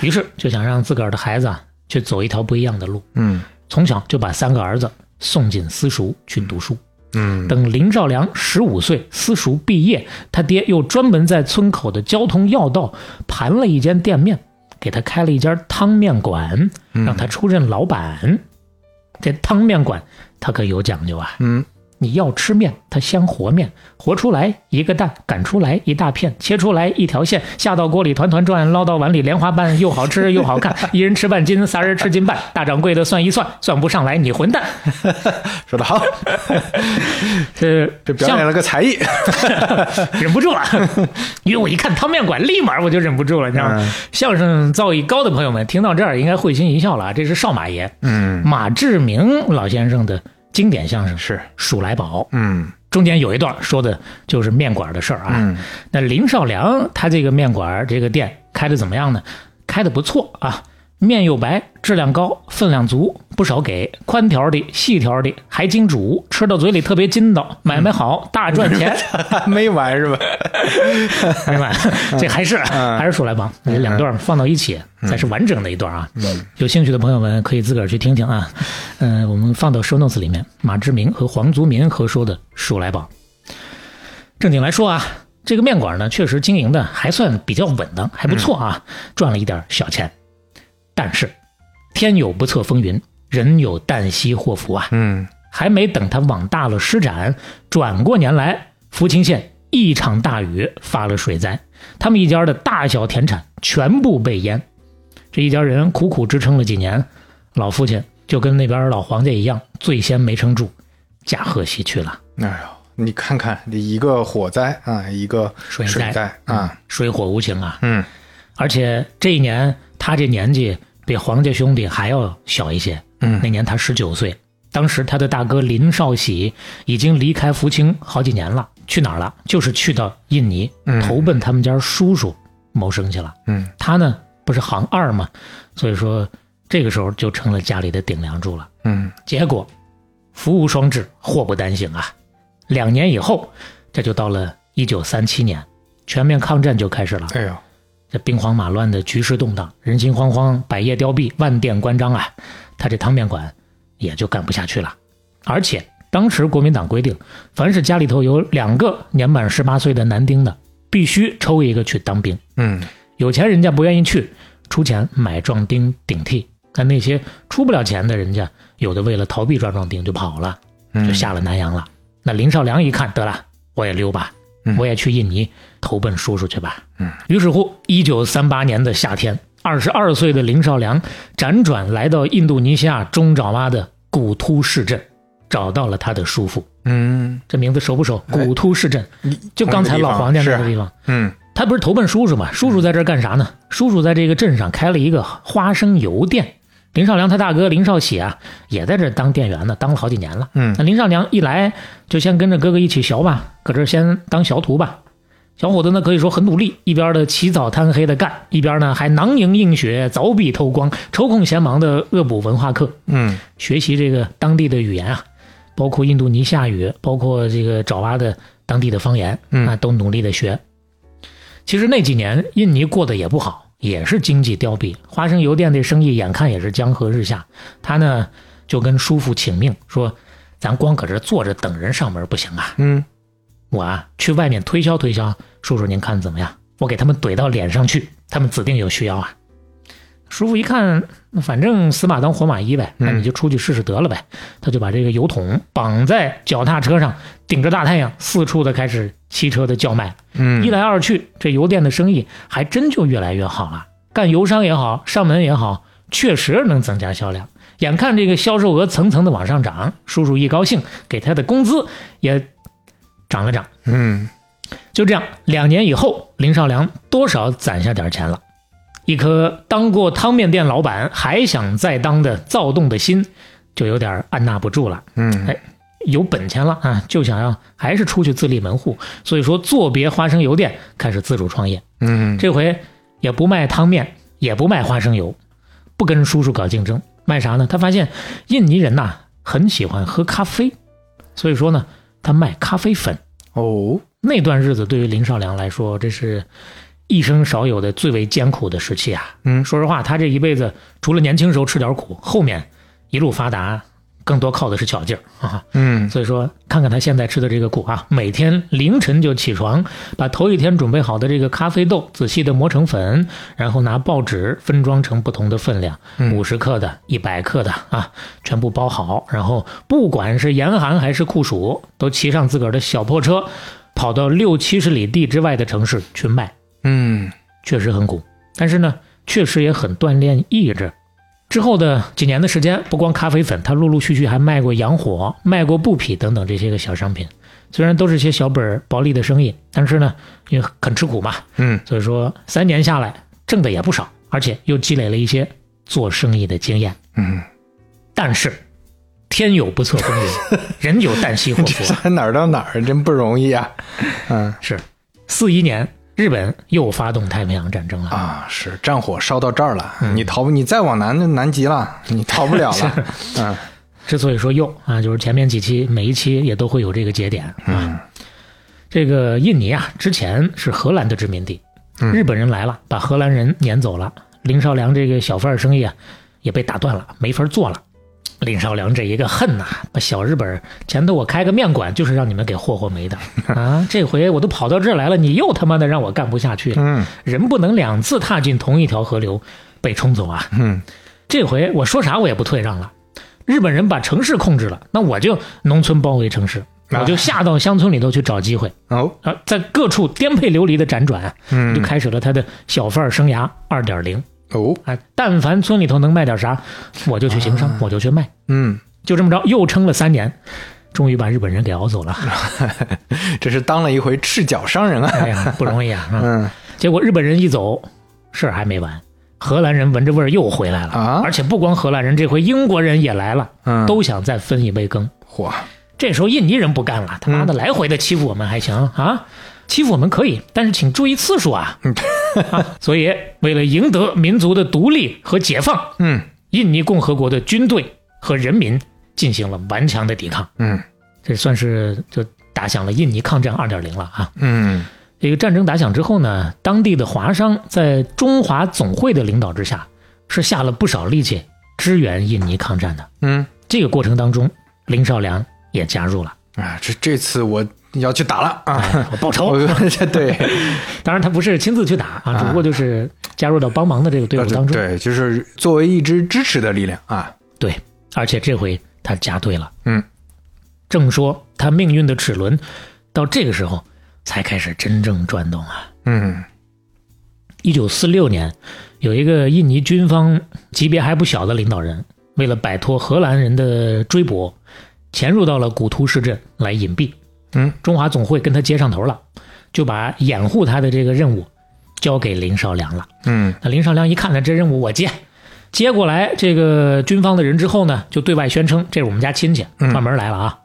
B: 于是就想让自个儿的孩子啊去走一条不一样的路，
C: 嗯
B: 从小就把三个儿子送进私塾去读书。
C: 嗯
B: 等林兆良十五岁私塾毕业，他爹又专门在村口的交通要道盘了一间店面，给他开了一家汤面馆，
C: 嗯
B: 让他出任老板。这汤面馆他可有讲究啊！
C: 嗯
B: 你要吃面，它先和面，和出来一个蛋，擀出来一大片，切出来一条线，下到锅里团团转，捞到碗里莲花瓣，又好吃又好看。一人吃半斤，仨人吃斤半。大掌柜的算一算，算不上来，你混蛋。
C: 说得 好，
B: 这
C: 这表演了个才艺，
B: 忍不 住了，因为我一看汤面馆，立马我就忍不住了，你知道吗？
C: 嗯
B: 相声造诣高的朋友们听到这儿应该会心一笑了啊，这是少马爷
C: 嗯，
B: 马志明老先生的经典相声《
C: 是，
B: 鼠来宝》，
C: 嗯
B: 中间有一段说的就是面馆的事儿啊。
C: 嗯
B: 那林少良他这个面馆儿这个店开的怎么样呢？开的不错啊，面又白，质量高，分量足，不少给，宽条的、细条的，还经煮，吃到嘴里特别筋道，买卖好，大赚钱。
C: 没完是吧？
B: 明白？这还是还是鼠来宝，这两段放到一起才是完整的一段啊。有兴趣的朋友们可以自个儿去听听啊。嗯，我们放到 show notes 里面，马志明和黄族民合说的鼠来宝。正经来说啊，这个面馆呢，确实经营的还算比较稳当，还不错啊，赚了一点小钱。但是天有不测风云，人有旦夕祸福啊。
C: 嗯，
B: 还没等他往大了施展，转过年来，福清县一场大雨发了水灾，他们一家的大小田产全部被淹。这一家人苦苦支撑了几年，老父亲就跟那边老黄家一样，最先没撑住，驾鹤西去了，
C: 哎呦，你看看，这一个火灾啊，一个
B: 水灾
C: 水灾啊，
B: 嗯水火无情啊！
C: 嗯
B: 而且这一年他这年纪比黄家兄弟还要小一些，
C: 嗯
B: 那年他十九岁，当时他的大哥林少喜已经离开福清好几年了，去哪儿了？就是去到印尼，
C: 嗯
B: 投奔他们家叔叔谋生去了。
C: 嗯
B: 他呢不是行二嘛，所以说这个时候就成了家里的顶梁柱了。
C: 嗯
B: 结果福无双至，祸不单行啊！两年以后，这就到了一九三七年，全面抗战就开始了。
C: 哎呦，
B: 这兵荒马乱的局势动荡，人心惶惶，百业凋敝，万店关张啊，他这汤面馆也就干不下去了。而且当时国民党规定，凡是家里头有两个年满十八岁的男丁的，必须抽一个去当兵。
C: 嗯
B: 有钱人家不愿意去，出钱买壮丁顶替。但那些出不了钱的人家，有的为了逃避抓壮丁就跑了，
C: 嗯
B: 就下了南洋了。那林少良一看，得了，我也溜吧，
C: 嗯
B: 我也去印尼投奔叔叔去吧。
C: 嗯，
B: 于是乎，一九三八年的夏天，二十二岁的林少良辗转来到印度尼西亚中爪哇的古突市镇，找到了他的叔父。
C: 嗯
B: 这名字熟不熟？
C: 哎
B: 古突市镇，就刚才老黄家那个地方。
C: 嗯
B: 他不是投奔叔叔嘛？叔叔在这儿干啥呢？叔叔在这个镇上开了一个花生油店。林少良他大哥林少喜啊，也在这儿当店员呢，当了好几年了。
C: 嗯
B: 那林少良一来就先跟着哥哥一起学吧，搁这儿先当学徒吧。小伙子呢可以说很努力，一边的起早贪黑的干，一边呢还囊萤映雪、凿壁偷光，抽空闲忙的恶补文化课。
C: 嗯
B: 学习这个当地的语言啊，包括印度尼西亚语，包括这个爪哇的当地的方言，
C: 嗯
B: 啊，都努力的学。其实那几年印尼过得也不好，也是经济凋敝，花生油店这生意眼看也是江河日下。他呢就跟叔父请命说：“咱光搁这坐着等人上门不行啊，
C: 嗯
B: 我啊去外面推销推销，叔叔您看怎么样？我给他们怼到脸上去，他们指定有需要啊。叔父一看，反正死马当活马医呗，那你就出去试试得了呗。他就把这个油桶绑在脚踏车上，顶着大太阳，四处的开始骑车的叫卖。
C: 嗯
B: 一来二去，这油店的生意还真就越来越好了。干油商也好，上门也好，确实能增加销量。眼看这个销售额层层的往上涨，叔叔一高兴，给他的工资也涨了涨。
C: 嗯
B: 就这样，两年以后，林少良多少攒下点钱了。一颗当过汤面店老板还想再当的躁动的心，就有点按捺不住了。
C: 嗯
B: 有本钱了啊，就想要还是出去自立门户。所以说，作别花生油店，开始自主创业。
C: 嗯
B: 这回也不卖汤面，也不卖花生油，不跟叔叔搞竞争，卖啥呢？他发现印尼人呐、很喜欢喝咖啡，所以说呢，他卖咖啡粉。
C: 哦
B: 那段日子对于林少良来说，这是一生少有的最为艰苦的时期啊。
C: 嗯
B: 说实话，他这一辈子除了年轻时候吃点苦，后面一路发达，更多靠的是巧劲儿啊。
C: 嗯，
B: 所以说，看看他现在吃的这个苦啊，每天凌晨就起床，把头一天准备好的这个咖啡豆仔细的磨成粉，然后拿报纸分装成不同的分量，五十克的、一百克的啊，全部包好，然后不管是严寒还是酷暑，都骑上自个儿的小破车，跑到六七十里地之外的城市去卖，
C: 嗯，
B: 确实很苦，但是呢，确实也很锻炼意志。之后的几年的时间，不光咖啡粉，他陆陆续续还卖过洋火、卖过布匹等等这些个小商品。虽然都是些小本儿薄利的生意，但是呢，因为很吃苦嘛，
C: 嗯，
B: 所以说三年下来挣的也不少，而且又积累了一些做生意的经验。
C: 嗯，
B: 但是天有不测风云，人有旦夕祸福啊。
C: 这哪儿到哪儿真不容易啊！嗯
B: 是，四一年日本又发动太平洋战争了。
C: 啊，是战火烧到这儿了，
B: 嗯
C: 你逃不，你再往南就南极了，你逃不了了。嗯
B: 之所以说又啊，就是前面几期每一期也都会有这个节点啊。
C: 嗯
B: 这个印尼啊，之前是荷兰的殖民地，
C: 嗯
B: 日本人来了，把荷兰人撵走了，林少良这个小贩儿生意啊也被打断了，没法做了。林少良这一个恨呐、把小日本儿前头我开个面馆就是让你们给霍霍 没的啊！这回我都跑到这儿来了，你又他妈的让我干不下去了。
C: 嗯
B: 人不能两次踏进同一条河流，被冲走啊！
C: 嗯
B: 这回我说啥我也不退让了。日本人把城市控制了，那我就农村包围城市，
C: 啊
B: 我就下到乡村里头去找机会
C: 哦
B: 啊，在各处颠沛流离的辗转，啊就
C: 嗯
B: 开始了他的小贩儿生涯二点零
C: 哦
B: 啊。但凡村里头能卖点啥，我就去行
C: 啊
B: 商，我就去卖，
C: 嗯，
B: 就这么着又撑了三年，终于把日本人给熬走了。
C: 啊这是当了一回赤脚商人啊！
B: 哎呀，不容易啊！啊
C: 嗯
B: 结果日本人一走，事儿还没完，荷兰人闻着味儿又回来了，
C: 啊
B: 而且不光荷兰人，这回英国人也来了，
C: 嗯，
B: 都想再分一杯羹。
C: 嚯，
B: 这时候印尼人不干了，他妈的来回的欺负我们还行啊，欺负我们可以，但是请注意次数啊。啊所以为了赢得民族的独立和解放，
C: 嗯
B: 印尼共和国的军队和人民进行了顽强的抵抗，
C: 嗯
B: 这算是就打响了印尼抗战二点零了啊。
C: 嗯
B: 这个战争打响之后呢，当地的华商在中华总会的领导之下，是下了不少力气支援印尼抗战的。
C: 嗯
B: 这个过程当中，林少良也加入了，哎
C: 啊，这这次我要去打了啊！
B: 我报 仇。
C: 我这对
B: 当然他不是亲自去打啊，只不过就是加入到帮忙的这个队伍当中。
C: 对，啊就是作为一支支持的力量啊！
B: 对而且这回他加对了。
C: 嗯，
B: 正说他命运的齿轮到这个时候才开始真正转动啊。
C: 嗯
B: 一九四六年，有一个印尼军方级别还不小的领导人，为了摆脱荷兰人的追捕，潜入到了古图市镇来隐蔽。
C: 嗯，
B: 中华总会跟他接上头了，就把掩护他的这个任务交给林少良了。
C: 嗯
B: 那林少良一看呢，这任务我接，接过来这个军方的人之后呢，就对外宣称这是我们家亲戚，
C: 嗯
B: 串门来了啊。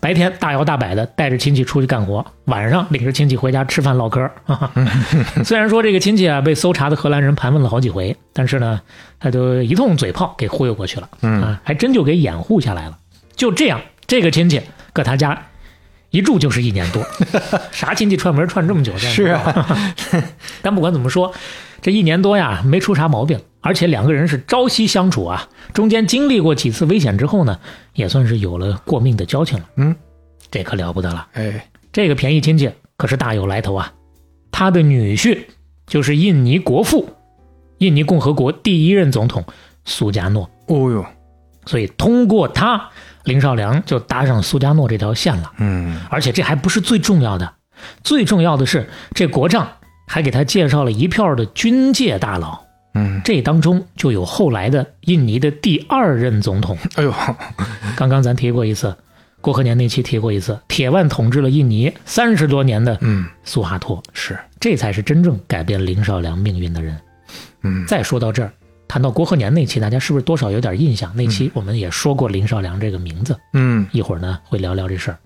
B: 白天大摇大摆的带着亲戚出去干活，晚上领着亲戚回家吃饭唠嗑。哈哈。 虽然说这个亲戚啊被搜查的荷兰人盘问了好几回，但是呢，他就一通嘴炮给忽悠过去了，
C: 嗯
B: 啊，还真就给掩护下来了。就这样，这个亲戚搁他家一住就是一年 多，啥亲戚串门串这么久？这样
C: 是啊，
B: 但不管怎么说，这一年多呀，没出啥毛病，而且两个人是朝夕相处啊。中间经历过几次危险之后呢，也算是有了过命的交情了。
C: 嗯，
B: 这可了不得了，
C: 哎
B: 这个便宜亲戚可是大有来头啊。他的女婿就是印尼国父，印尼共和国第一任总统苏加诺，
C: 哦呦
B: 所以通过他，林少良就搭上苏加诺这条线了。
C: 嗯
B: 而且这还不是最重要的，最重要的是这国丈还给他介绍了一票的军界大佬，
C: 嗯，
B: 这当中就有后来的印尼的第二任总统。
C: 哎呦
B: 刚刚咱提过一次，郭鹤年那期提过一次，铁腕统治了印尼三十多年的
C: 嗯
B: 苏哈托，
C: 是
B: 这才是真正改变林少良命运的人。
C: 嗯
B: 再说到这儿，谈到郭鹤年那期，大家是不是多少有点印象？那期我们也说过林少良这个名字。
C: 嗯
B: 一会儿呢会聊聊这事儿。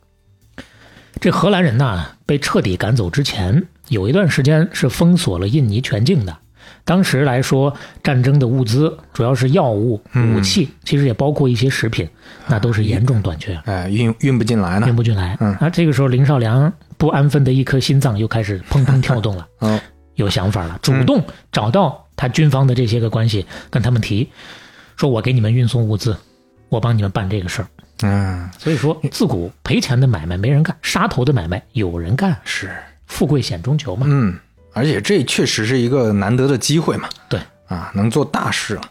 B: 这荷兰人呐被彻底赶走之前，有一段时间是封锁了印尼全境的。当时来说，战争的物资主要是药物、武
C: 嗯
B: 器，其实也包括一些食品，那都是严重短缺，
C: 哎运运不进来
B: 运
C: 呢，
B: 不进来。
C: 嗯
B: 啊，这个时候林少良不安分的一颗心脏又开始砰砰跳动了，
C: 哦
B: 有想法了，主动找到他军方的这些个关系，跟他们提，说我给你们运送物资，我我帮你们办这个事儿。
C: 嗯，
B: 所以说，自古赔钱的买卖没人干，杀头的买卖有人干，
C: 是，
B: 富贵险中求嘛。
C: 嗯，而且这确实是一个难得的机会嘛，
B: 对，
C: 啊，能做大事了，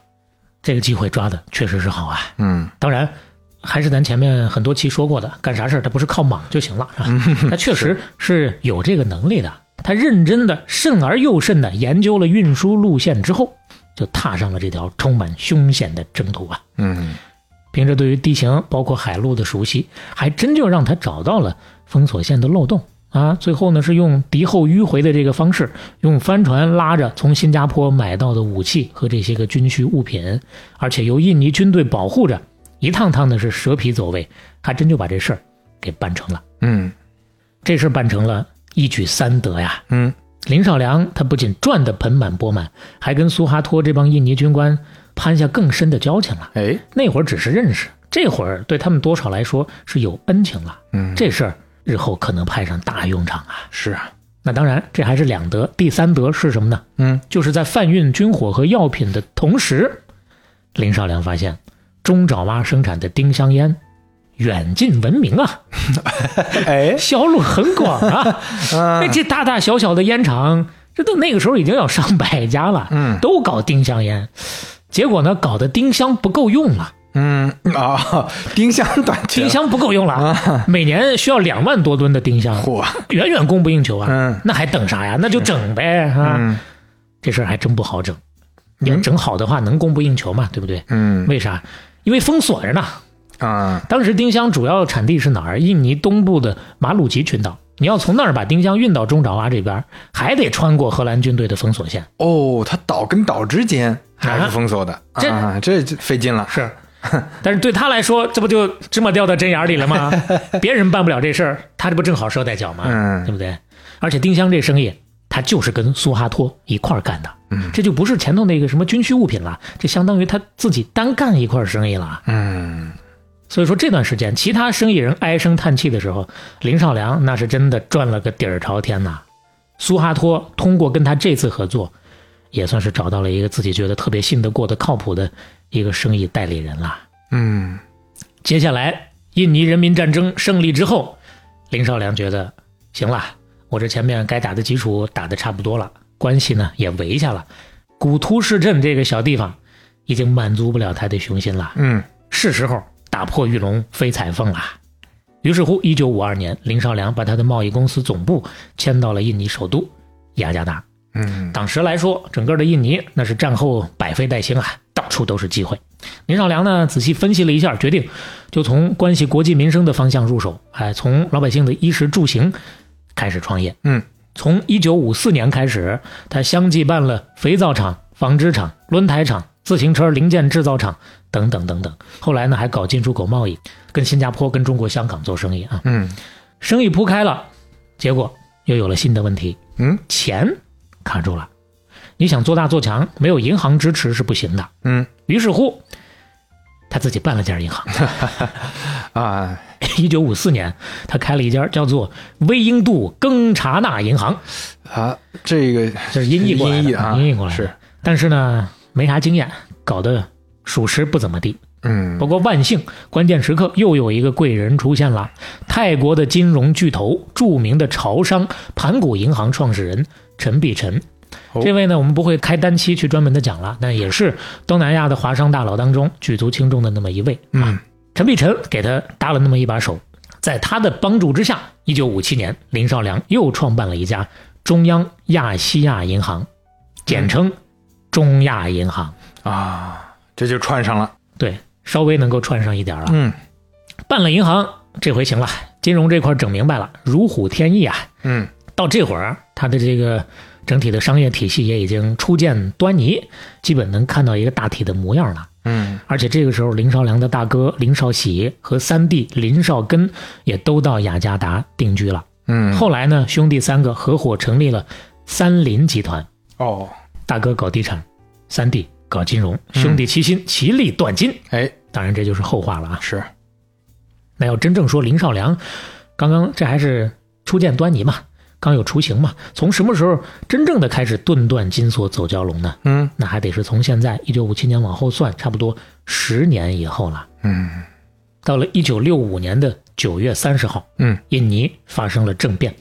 B: 这个机会抓的确实是好啊。
C: 嗯
B: 当然，还是咱前面很多期说过的，干啥事儿他不是靠莽就行了，是
C: 嗯
B: 吧？他确实是有这个能力的。他认真的、慎而又慎的研究了运输路线之后，就踏上了这条充满凶险的征途啊！
C: 嗯，
B: 凭着对于地形包括海路的熟悉，还真就让他找到了封锁线的漏洞啊！最后呢，是用敌后迂回的这个方式，用帆船拉着从新加坡买到的武器和这些个军需物品，而且由印尼军队保护着，一趟趟的是蛇皮走位，还真就把这事儿给办成了。
C: 嗯
B: 这事儿办成了，一举三得呀！
C: 嗯
B: 林少良他不仅赚得盆满钵满，还跟苏哈托这帮印尼军官攀下更深的交情了。
C: 哎，
B: 那会儿只是认识，这会儿对他们多少来说是有恩情了。
C: 嗯，
B: 这事儿日后可能派上大用场啊。
C: 是啊，
B: 那当然，这还是两德，第三德是什么呢？
C: 嗯
B: 就是在贩运军火和药品的同时，林少良发现中爪哇生产的丁香烟远近闻名啊，
C: 哎，
B: 销路很广 啊。那
C: 嗯
B: 这大大小小的烟厂，这都那个时候已经有上百家了，
C: 嗯
B: 都搞丁香烟。结果呢，搞得丁香不够用了。
C: 嗯啊，丁香短缺，
B: 丁，香不够用了，啊、每年需要两万多吨的丁香，
C: 嚯，
B: 远远供不应求啊。
C: 嗯
B: 那还等啥呀？那就整呗啊！
C: 嗯
B: 这事儿还真不好整，要整好的话能供不应求嘛，对不对？
C: 嗯
B: 为啥？因为封锁着呢。
C: 啊，
B: 当时丁香主要产地是哪儿？印尼东部的马鲁吉群岛。你要从那儿把丁香运到中爪哇这边，还得穿过荷兰军队的封锁线。
C: 哦，它岛跟岛之间还是封锁的，
B: 这
C: 啊，这这费劲了，
B: 是， 但是对他来说，这不就芝麻掉到针眼儿里了 吗？别人办不了这事儿，他这不正好捎带脚吗？
C: 嗯
B: 对不对？而且丁香这生意，他就是跟苏哈托一块儿干的，
C: 嗯
B: 这就不是前头那个什么军需物品了，这相当于他自己单干一块儿生意了。
C: 嗯
B: 所以说这段时间，其他生意人唉声叹气的时候，林少良那是真的赚了个底儿朝天呐。苏哈托通过跟他这次合作，也算是找到了一个自己觉得特别信得过的、靠谱的一个生意代理人啦。
C: 嗯
B: 接下来，印尼人民战争胜利之后，林少良觉得行了，我这前面该打的基础打的差不多了，关系呢也围下了。古突市镇这个小地方已经满足不了他的雄心了，
C: 嗯
B: 是时候打破玉龙飞彩凤了。于是乎，一九五二年，林少良把他的贸易公司总部迁到了印尼首都雅加达。
C: 嗯
B: 当时来说，整个的印尼那是战后百废待兴啊，到处都是机会。林少良呢，仔细分析了一下，决定就从关系国计民生的方向入手，哎，从老百姓的衣食住行开始创业。
C: 嗯，
B: 从一九五四年开始，他相继办了肥皂厂、纺织厂、轮胎厂、自行车零件制造厂等等等等。后来呢，还搞进出口贸易，跟新加坡、跟中国香港做生意啊，
C: 嗯
B: 生意铺开了，结果又有了新的问题。
C: 嗯
B: 钱卡住了。你想做大做强，没有银行支持是不行的。
C: 嗯
B: 于是乎，他自己办了家银行。
C: 啊，
B: 一九五四年，他开了一家叫做威英度庚查纳银行，
C: 啊，这个
B: 这是音译过来
C: 音译
B: 的，
C: 啊
B: 音译过来的
C: 是。
B: 但是呢，没啥经验，搞得属实不怎么地。
C: 嗯
B: 不过万幸，关键时刻又有一个贵人出现了。泰国的金融巨头、著名的潮商盘古银行创始人陈必陈
C: 哦。
B: 这位呢，我们不会开单期去专门的讲了，但也是东南亚的华商大佬当中举足轻重的那么一位。
C: 嗯
B: 陈必陈给他搭了那么一把手，在他的帮助之下，一九五七年，林少良又创办了一家中央亚细亚银行，简称中亚银行。
C: 啊，这就串上了，
B: 对，稍微能够串上一点儿了。
C: 嗯
B: 办了银行，这回行了，金融这块整明白了，如虎添翼啊！
C: 嗯
B: 到这会儿，啊它的这个整体的商业体系也已经初见端倪，基本能看到一个大体的模样了。
C: 嗯
B: 而且这个时候，林少良的大哥林少喜和三弟林少根也都到雅加达定居了。
C: 嗯，
B: 后来呢，兄弟三个合伙成立了三林集团，
C: 哦，
B: 大哥搞地产，三弟搞金融，兄弟齐心，其利断金。
C: 哎，
B: 当然，这就是后话了啊。
C: 是，
B: 那要真正说林少良，刚刚这还是初见端倪嘛。刚有雏形嘛。从什么时候真正的开始顿断金锁走蛟龙呢？
C: 嗯
B: 那还得是从现在一九五七年往后算，差不多十年以后了。
C: 嗯
B: 到了一九六五年的九月三十号，
C: 嗯，
B: 印尼发生了政变，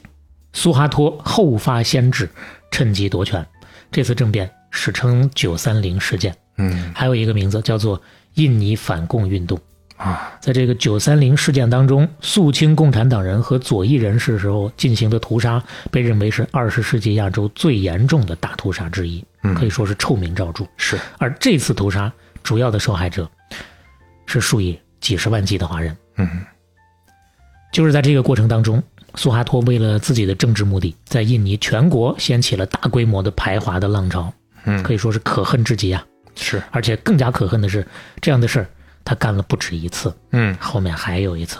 B: 苏哈托后发先至，趁机夺权。这次政变史称“九三零事件”，
C: 嗯
B: 还有一个名字叫做印尼反共运动。
C: 啊，
B: 在这个“九三零事件”当中，肃清共产党人和左翼人士时候进行的屠杀，被认为是二十世纪亚洲最严重的大屠杀之一，
C: 嗯
B: 可以说是臭名昭著。
C: 是，
B: 而这次屠杀主要的受害者是数以几十万计的华人。
C: 嗯
B: 就是在这个过程当中，苏哈托为了自己的政治目的，在印尼全国掀起了大规模的排华的浪潮，
C: 嗯，
B: 可以说是可恨至极啊！
C: 是，
B: 而且更加可恨的是，这样的事儿他干了不止一次，
C: 嗯
B: 后面还有一次。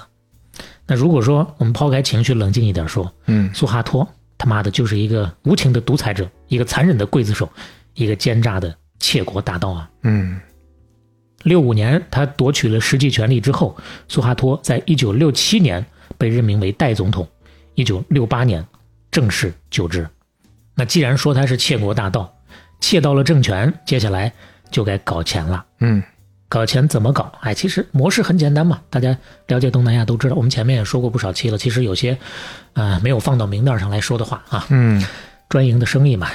B: 那如果说我们抛开情绪，冷静一点说，
C: 嗯
B: 苏哈托他妈的就是一个无情的独裁者，一个残忍的刽子手，一个奸诈的窃国大盗啊！
C: 嗯
B: 六五年他夺取了实际权力之后，苏哈托在一九六七年被任命为代总统，一九六八年正式就职。那既然说他是窃国大盗，窃到了政权，接下来就该搞钱了。
C: 嗯
B: 搞钱怎么搞？哎，其实模式很简单嘛，大家了解东南亚都知道，我们前面也说过不少期了。其实有些，呃，没有放到明面上来说的话啊，
C: 嗯
B: 专营的生意嘛，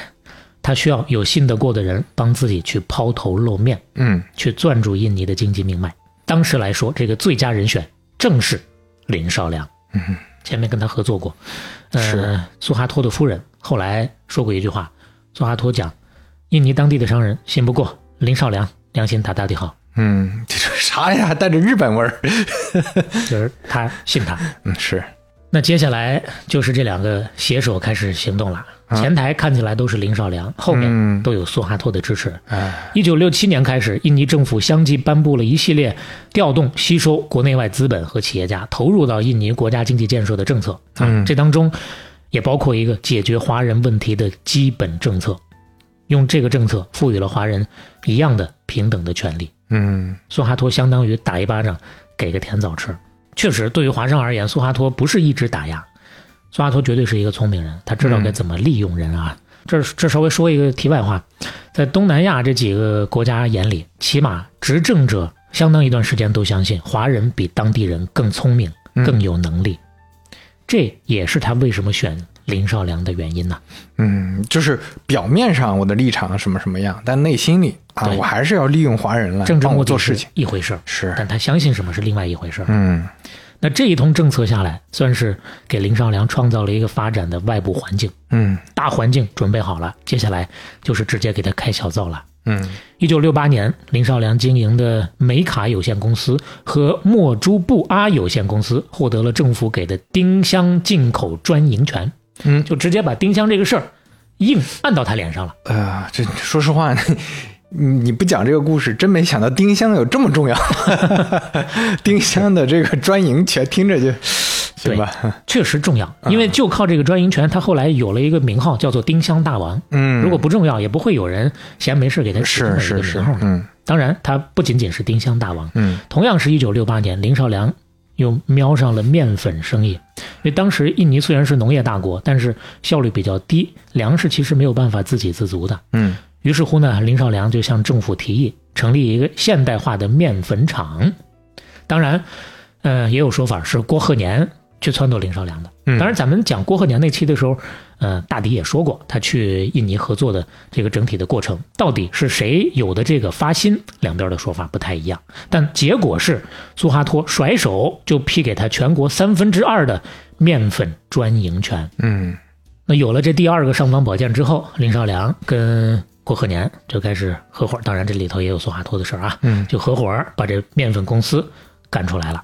B: 他需要有信得过的人帮自己去抛头露面。
C: 嗯
B: 去攥住印尼的经济命脉。当时来说，这个最佳人选正是林少良。
C: 嗯，
B: 前面跟他合作过，呃
C: 是，
B: 苏哈托的夫人后来说过一句话，苏哈托讲，印尼当地的商人信不过林少良，良心大大的好，
C: 嗯，这是啥呀？带着日本味儿，
B: 就是他信他。
C: 嗯是，
B: 那接下来就是这两个携手开始行动了。前台看起来都是林少良，后面
C: 啊嗯
B: 都有苏哈托的支持。
C: 哎，
B: 一九六七年开始，印尼政府相继颁布了一系列调动、吸收国内外资本和企业家投入到印尼国家经济建设的政策啊，
C: 嗯
B: 这当中也包括一个解决华人问题的基本政策，用这个政策赋予了华人一样的平等的权利。
C: 嗯
B: 苏哈托相当于打一巴掌给个甜枣吃。确实，对于华商而言，苏哈托不是一直打压，苏哈托绝对是一个聪明人，他知道该怎么利用人啊。这这稍微说一个题外话，在东南亚这几个国家眼里，起码执政者相当一段时间都相信华人比当地人更聪明、
C: 嗯
B: 更有能力，这也是他为什么选林少良的原因呢、
C: 嗯，就是表面上我的立场什么什么样，但内心里啊，
B: 对
C: 我还是要利用华人来
B: 政治
C: 哎帮
B: 目
C: 我
B: 的
C: 做事
B: 是
C: 情，
B: 一回事儿，
C: 是，
B: 但他相信什么是另外一回事儿。
C: 嗯
B: 那这一通政策下来，算是给林少良创造了一个发展的外部环境，
C: 嗯
B: 大环境准备好了，接下来就是直接给他开小灶了。
C: 嗯
B: 一九六八年，林少良经营的美卡有限公司和墨珠布阿有限公司获得了政府给的丁香进口专营权，
C: 嗯，
B: 就直接把丁香这个事儿硬按到他脸上了。
C: 呃，这说实话，你你不讲这个故事，真没想到丁香有这么重要。 丁香的这个专营权，听着就行吧？
B: 确实重
C: 啊
B: 要，因为就靠这个专营权，他后来有了一个名号，叫做丁香大王。
C: 嗯，
B: 如果不重要，也不会有人闲没事给他起这
C: 是
B: 么一个
C: 是是
B: 名号，的。
C: 嗯
B: 当然，他不仅仅是丁香大王，
C: 嗯
B: 同样是一九六八年，林少良又瞄上了面粉生意，因为当时印尼虽然是农业大国，但是效率比较低，粮食其实没有办法自给自足的。
C: 嗯
B: 于是乎呢，林少良就向政府提议成立一个现代化的面粉厂。当然，呃，也有说法是郭鹤年去撺掇林少良的。
C: 嗯
B: 当然，咱们讲郭鹤年那期的时候，呃，大抵也说过他去印尼合作的这个整体的过程，到底是谁有的这个发心，两边的说法不太一样。但结果是，苏哈托甩手就批给他全国三分之二的面粉专营权。
C: 嗯
B: 那有了这第二个尚方宝剑之后，林少良跟郭鹤年就开始合伙，当然这里头也有苏哈托的事儿啊，
C: 嗯
B: 就合伙把这面粉公司干出来了。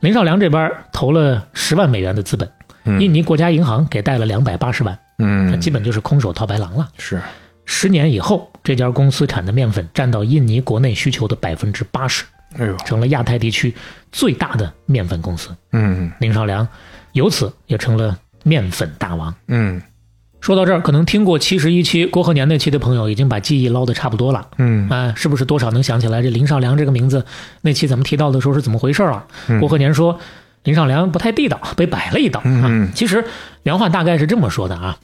B: 林少良这边投了十万美元的资本，
C: 嗯
B: 印尼国家银行给贷了两百八十万，那
C: 嗯，
B: 基本就是空手套白狼了。
C: 是
B: 十年以后，这家公司产的面粉占到印尼国内需求的百分之八十，
C: 哎呦，
B: 成了亚太地区最大的面粉公司。
C: 嗯
B: 林少良由此也成了面粉大王。
C: 嗯
B: 说到这儿，可能听过七十一期郭鹤年那期的朋友，已经把记忆捞得差不多了
C: 嗯
B: 啊、是不啊是多少能想起来这林少良这个名字？那期咱们提到的时候是怎么回事了？郭鹤年说，林尚良不太地道，被摆了一道。
C: 嗯
B: 啊，其实原话大概是这么说的啊：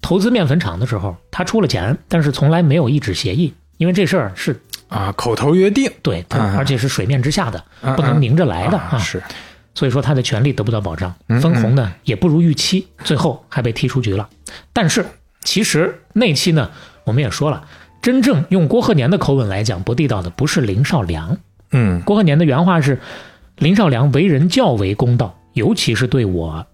B: 投资面粉厂的时候，他出了钱，但是从来没有一纸协议，因为这事儿是
C: 啊，口头约定
B: 对，他
C: 嗯
B: 而且是水面之下的，
C: 嗯
B: 不能明着来的
C: 啊
B: 啊。
C: 是
B: 所以说他的权利得不到保障，
C: 嗯
B: 分红呢也不如预期，最后还被踢出局了。但是其实那期呢，我们也说了，真正用郭鹤年的口吻来讲不地道的，不是林少良，
C: 嗯
B: 郭鹤年的原话是：“林少良为人较为公道，尤其是对我。”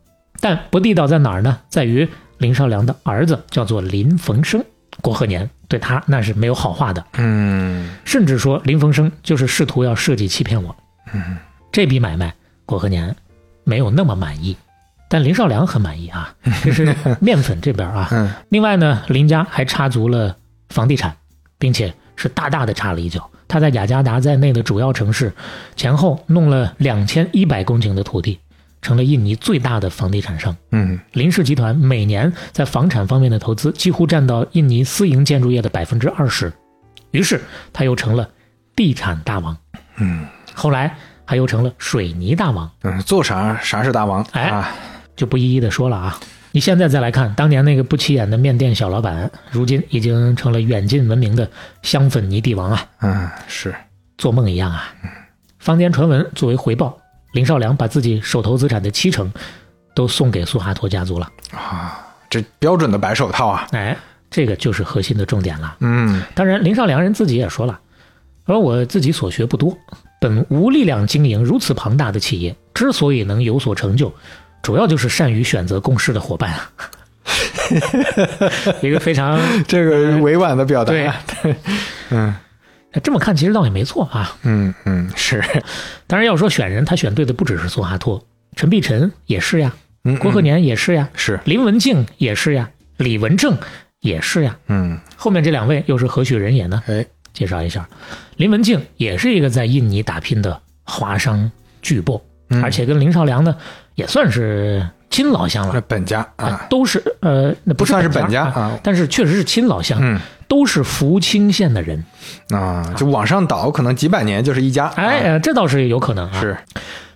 B: 但不地道在哪儿呢？在于林少良的儿子叫做林逢生，郭鹤年对他那是没有好话的，
C: 嗯
B: 甚至说林逢生就是试图要设计欺骗我。
C: 嗯
B: 这笔买卖，郭鹤年没有那么满意，但林少良很满意啊，这是面粉这边啊。
C: 嗯
B: 另外呢，林家还插足了房地产，并且是大大的插了一脚。他在雅加达在内的主要城市，前后弄了两千一百公顷的土地，成了印尼最大的房地产商。
C: 嗯
B: 林氏集团每年在房产方面的投资几乎占到印尼私营建筑业的百分之二十，于是他又成了地产大王。
C: 嗯
B: 后来他又成了水泥大王，
C: 嗯，做啥啥是大王
B: 哎
C: 啊？
B: 就不一一的说了啊。你现在再来看，当年那个不起眼的面店小老板，如今已经成了远近闻名的香粉泥地王啊，
C: 嗯是
B: 做梦一样啊。坊间传闻，作为回报，林少良把自己手头资产的七成都送给苏哈托家族了。
C: 啊，这标准的白手套啊。
B: 哎，这个就是核心的重点了。
C: 嗯
B: 当然，林少良人自己也说了，而我自己所学不多，本无力量经营如此庞大的企业，之所以能有所成就，主要就是善于选择共事的伙伴啊。 一个非常
C: 这个委婉的 表达，
B: 对，
C: 嗯
B: 这么看其实倒也没错啊。
C: 嗯嗯，是，
B: 当然要说选人，他选对的不只是苏哈托，陈碧晨也是呀，
C: 嗯
B: 郭鹤年也是呀，
C: 是，
B: 林文静也是呀，李文正也是呀。
C: 嗯，
B: 后面这两位又是何许人也呢？
C: 哎，
B: 介绍一下，林文静也是一个在印尼打拼的华商巨擘，
C: 嗯
B: 而且跟林少良呢也算是亲老乡
C: 那
B: 了，
C: 本家
B: 啊
C: 啊，
B: 都是呃，那不
C: 不算是
B: 本
C: 本家
B: 啊，
C: 啊，
B: 但是确实是亲老乡，
C: 嗯
B: 都是福清县的人。
C: 啊，就往上倒，可能几百年就是一家，
B: 哎，
C: 啊，
B: 呃这倒是有可能啊。
C: 是，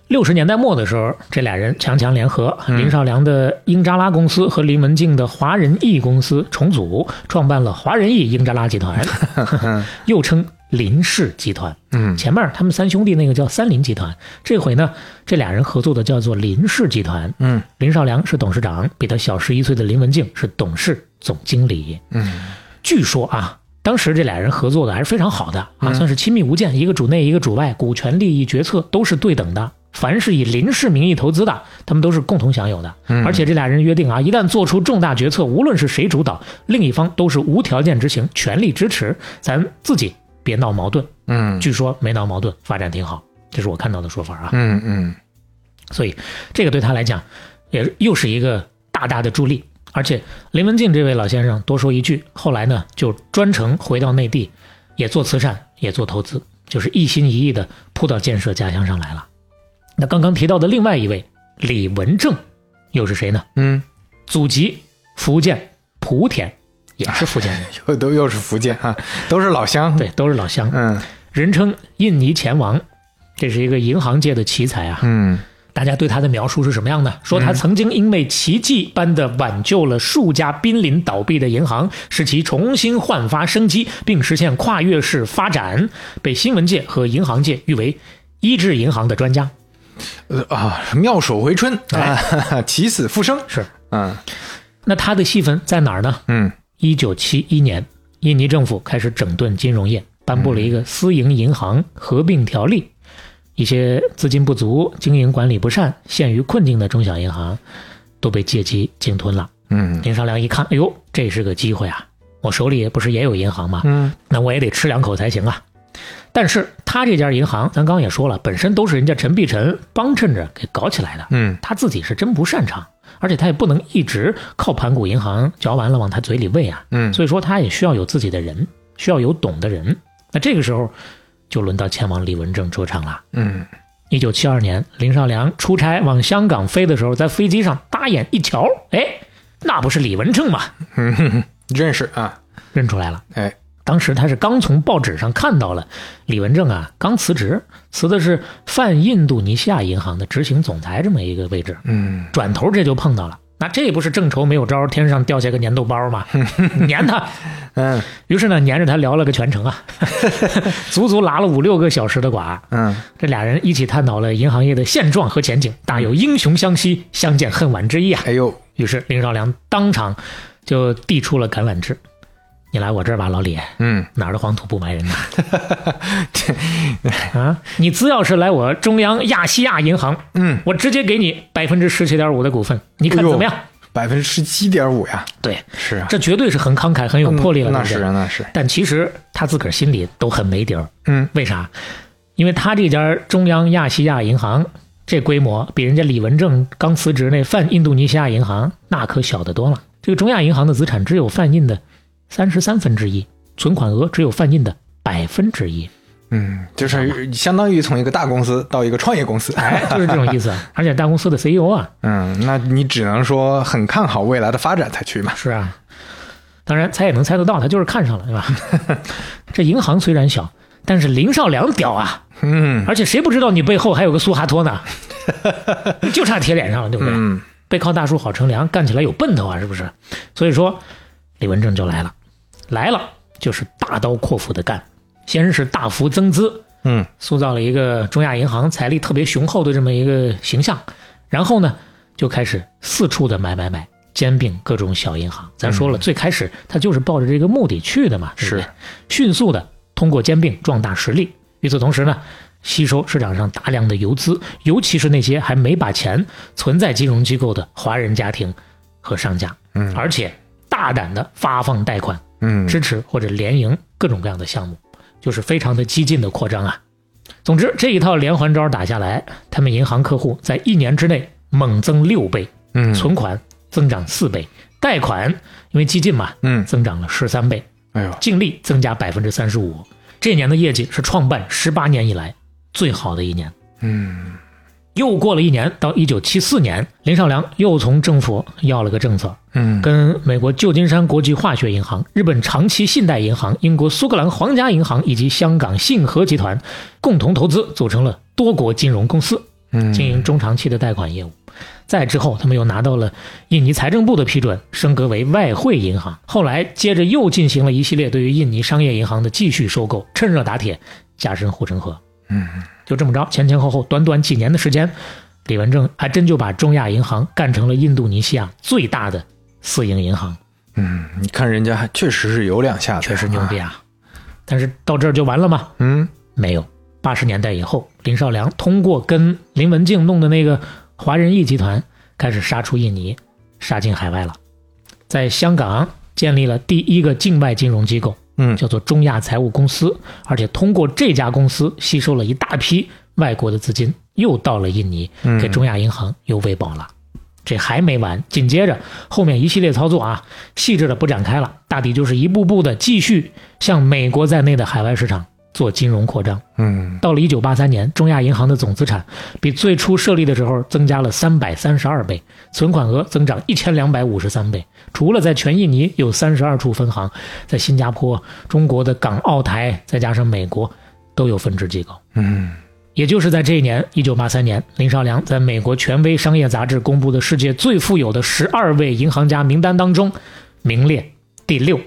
B: 六十年代末的时候，这俩人强强联合，
C: 嗯
B: 林少良的英扎拉公司和林文静的华人益公司重组，创办了华人益英扎拉集 团，又称林氏集团。
C: 嗯
B: 前面他们三兄弟那个叫三林集团，这回呢，这俩人合作的叫做林氏集团。
C: 嗯
B: 林少良是董事长，比他小十一岁的林文静是董事总经理。
C: 嗯
B: 据说啊，当时这俩人合作的还是非常好的啊，算是亲密无间，一个主内一个主外，股权利益决策都是对等的。凡是以林氏名义投资的，他们都是共同享有的。而且这俩人约定啊，一旦做出重大决策，无论是谁主导，另一方都是无条件执行，全力支持。咱自己别闹矛盾。
C: 嗯
B: 据说没闹矛盾，发展挺好，这是我看到的说法啊。
C: 嗯嗯
B: 所以这个对他来讲，也又是一个大大的助力。而且林文静这位老先生，多说一句，后来呢就专程回到内地，也做慈善，也做投资，就是一心一意的扑到建设家乡上来了。那刚刚提到的另外一位李文正，又是谁呢？
C: 嗯，
B: 祖籍福建莆田，也是福建人，
C: 又都又是福建啊，都是老乡，
B: 对，都是老乡，
C: 嗯
B: 人称印尼钱王，这是一个银行界的奇才啊。
C: 嗯
B: 大家对他的描述是什么样的？说他曾经因为奇迹般的挽救了数家濒临倒闭的银行，使其重新焕发生机，并实现跨越式发展，被新闻界和银行界誉为“医治银行的专家
C: 呃啊，妙手回春
B: 哎
C: 啊， 起死复生”。，
B: 是，
C: 嗯
B: 那他的戏份在哪儿呢？
C: 嗯
B: 一九七一年，印尼政府开始整顿金融业，颁布了一个私营银行合并条例。一些资金不足、经营管理不善、陷于困境的中小银行，都被借机鲸吞了。
C: 嗯
B: 林少良一看，哎呦，这是个机会啊！我手里不是也有银行吗？
C: 嗯
B: 那我也得吃两口才行啊。但是他这家银行，咱刚也说了，本身都是人家陈碧晨帮衬着给搞起来的，
C: 嗯
B: 他自己是真不擅长，而且他也不能一直靠盘古银行嚼完了往他嘴里喂啊，
C: 嗯，
B: 所以说他也需要有自己的人，需要有懂的人。那这个时候，就轮到前王李文正出场了。
C: 嗯
B: 一九七二年，林少良出差往香港飞的时候，在飞机上搭眼一瞧，哎，那不是李文正吗？
C: 嗯，认识啊，
B: 认出来了。
C: 哎，
B: 当时他是刚从报纸上看到了李文正啊，刚辞职，辞的是泛印度尼西亚银行的执行总裁这么一个位置。
C: 嗯，
B: 转头这就碰到了，那这不是正愁没有招，天上掉下个粘豆包吗？ 粘他！
C: 嗯
B: 于是呢，粘着他聊了个全程啊， 足足拉了五六个小时的瓜。
C: 嗯
B: 这俩人一起探讨了银行业的现状和前景，大有英雄相惜，相见恨晚之意啊。
C: 哎呦，
B: 于是林少良当场就递出了橄榄枝：“你来我这儿吧，老李，
C: 嗯，
B: 哪儿的黄土不埋 人呐？啊，你只要是来我中央亚细亚银行，
C: 嗯，
B: 我直接给你百分之十七点五的股份，你
C: 哎
B: 看怎么样？
C: 百分之十七点五呀，
B: 对，
C: 是啊，
B: 这绝对是很慷慨、很有魄力了，
C: 嗯那
B: 对
C: 是
B: 不
C: 啊
B: 对？
C: 那是，
B: 但其实他自个儿心里都很没底儿，
C: 嗯
B: 为啥？因为他这家中央亚细亚银行这规模，比人家李文正刚辞职那泛印度尼西亚银行那可小得多了。这个中亚银行的资产只有泛印的三十三分之一，存款额只有泛印的百分之一，
C: 嗯，就是相当于从一个大公司到一个创业公司，
B: 哎， 就是这种意思。而且大公司的 CEO 啊，
C: 嗯，那你只能说很看好未来的发展才去嘛，
B: 是啊，当然猜也能猜得到，他就是看上了，对吧？ 这银行虽然小，但是林少良屌啊，
C: 嗯
B: 而且谁不知道你背后还有个苏哈托 呢？就差贴脸上了，对不对？
C: 嗯
B: 背靠大树好乘凉，干起来有奔头啊，是不是？所以说，李文正就来了，来了就是大刀阔斧的干。先是大幅增资，
C: 嗯
B: 塑造了一个中亚银行财力特别雄厚的这么一个形象，然后呢，就开始四处的买买买，兼并各种小银行。咱说了，最开始他就是抱着这个目的去的嘛，对不对
C: 嗯是
B: 迅速的通过兼并壮大实力。与此同时呢，吸收市场上大量的游资，尤其是那些还没把钱存在金融机构的华人家庭和商家，
C: 嗯
B: 而且大胆的发放贷款，
C: 嗯，
B: 支持或者联营各种各样的项目，就是非常的激进的扩张啊。总之，这一套连环招打下来，他们银行客户在一年之内猛增六倍，
C: 嗯
B: 存款增长四倍，贷款因为激进嘛，
C: 嗯，
B: 增长了十三倍，
C: 哎呦，
B: 净利增加百分之三十五。这年的业绩是创办十八年以来最好的一年。
C: 嗯
B: 又过了一年，到一九七四年，林少良又从政府要了个政策，
C: 嗯
B: 跟美国旧金山国际化学银行、日本长期信贷银行、英国苏格兰皇家银行以及香港信和集团共同投资，组成了多国金融公司，
C: 嗯，
B: 经营中长期的贷款业务。再之后，他们又拿到了印尼财政部的批准，升格为外汇银行。后来接着又进行了一系列对于印尼商业银行的继续收购，趁热打铁，加深护城河。
C: 嗯
B: 就这么着，前前后后短短几年的时间，李文正还真就把中亚银行干成了印度尼西亚最大的私营银行，
C: 嗯，你看人家还确实是有两下子，
B: 确实牛逼啊！但是到这儿就完了吗？
C: 嗯
B: 没有。八十年代以后，林少良通过跟林文静弄的那个华人义集团，开始杀出印尼，杀进海外了，在香港建立了第一个境外金融机构，
C: 嗯
B: 叫做中亚财务公司，而且通过这家公司吸收了一大批外国的资金，又到了印尼，
C: 嗯
B: 给中亚银行又喂饱了。这还没完，紧接着后面一系列操作啊，细致的不展开了，大抵就是一步步的继续向美国在内的海外市场做金融扩张。
C: 嗯
B: 到了一九八三年，中亚银行的总资产比最初设立的时候增加了三百三十二倍，存款额增长一千两百五十三倍。除了在全印尼有三十二处分行，在新加坡、中国的港澳台，再加上美国，都有分支机构。
C: 嗯
B: 也就是在这一年，一九八三年，林少良在美国权威商业杂志公布的世界最富有的十二位银行家名单当中，名列第六。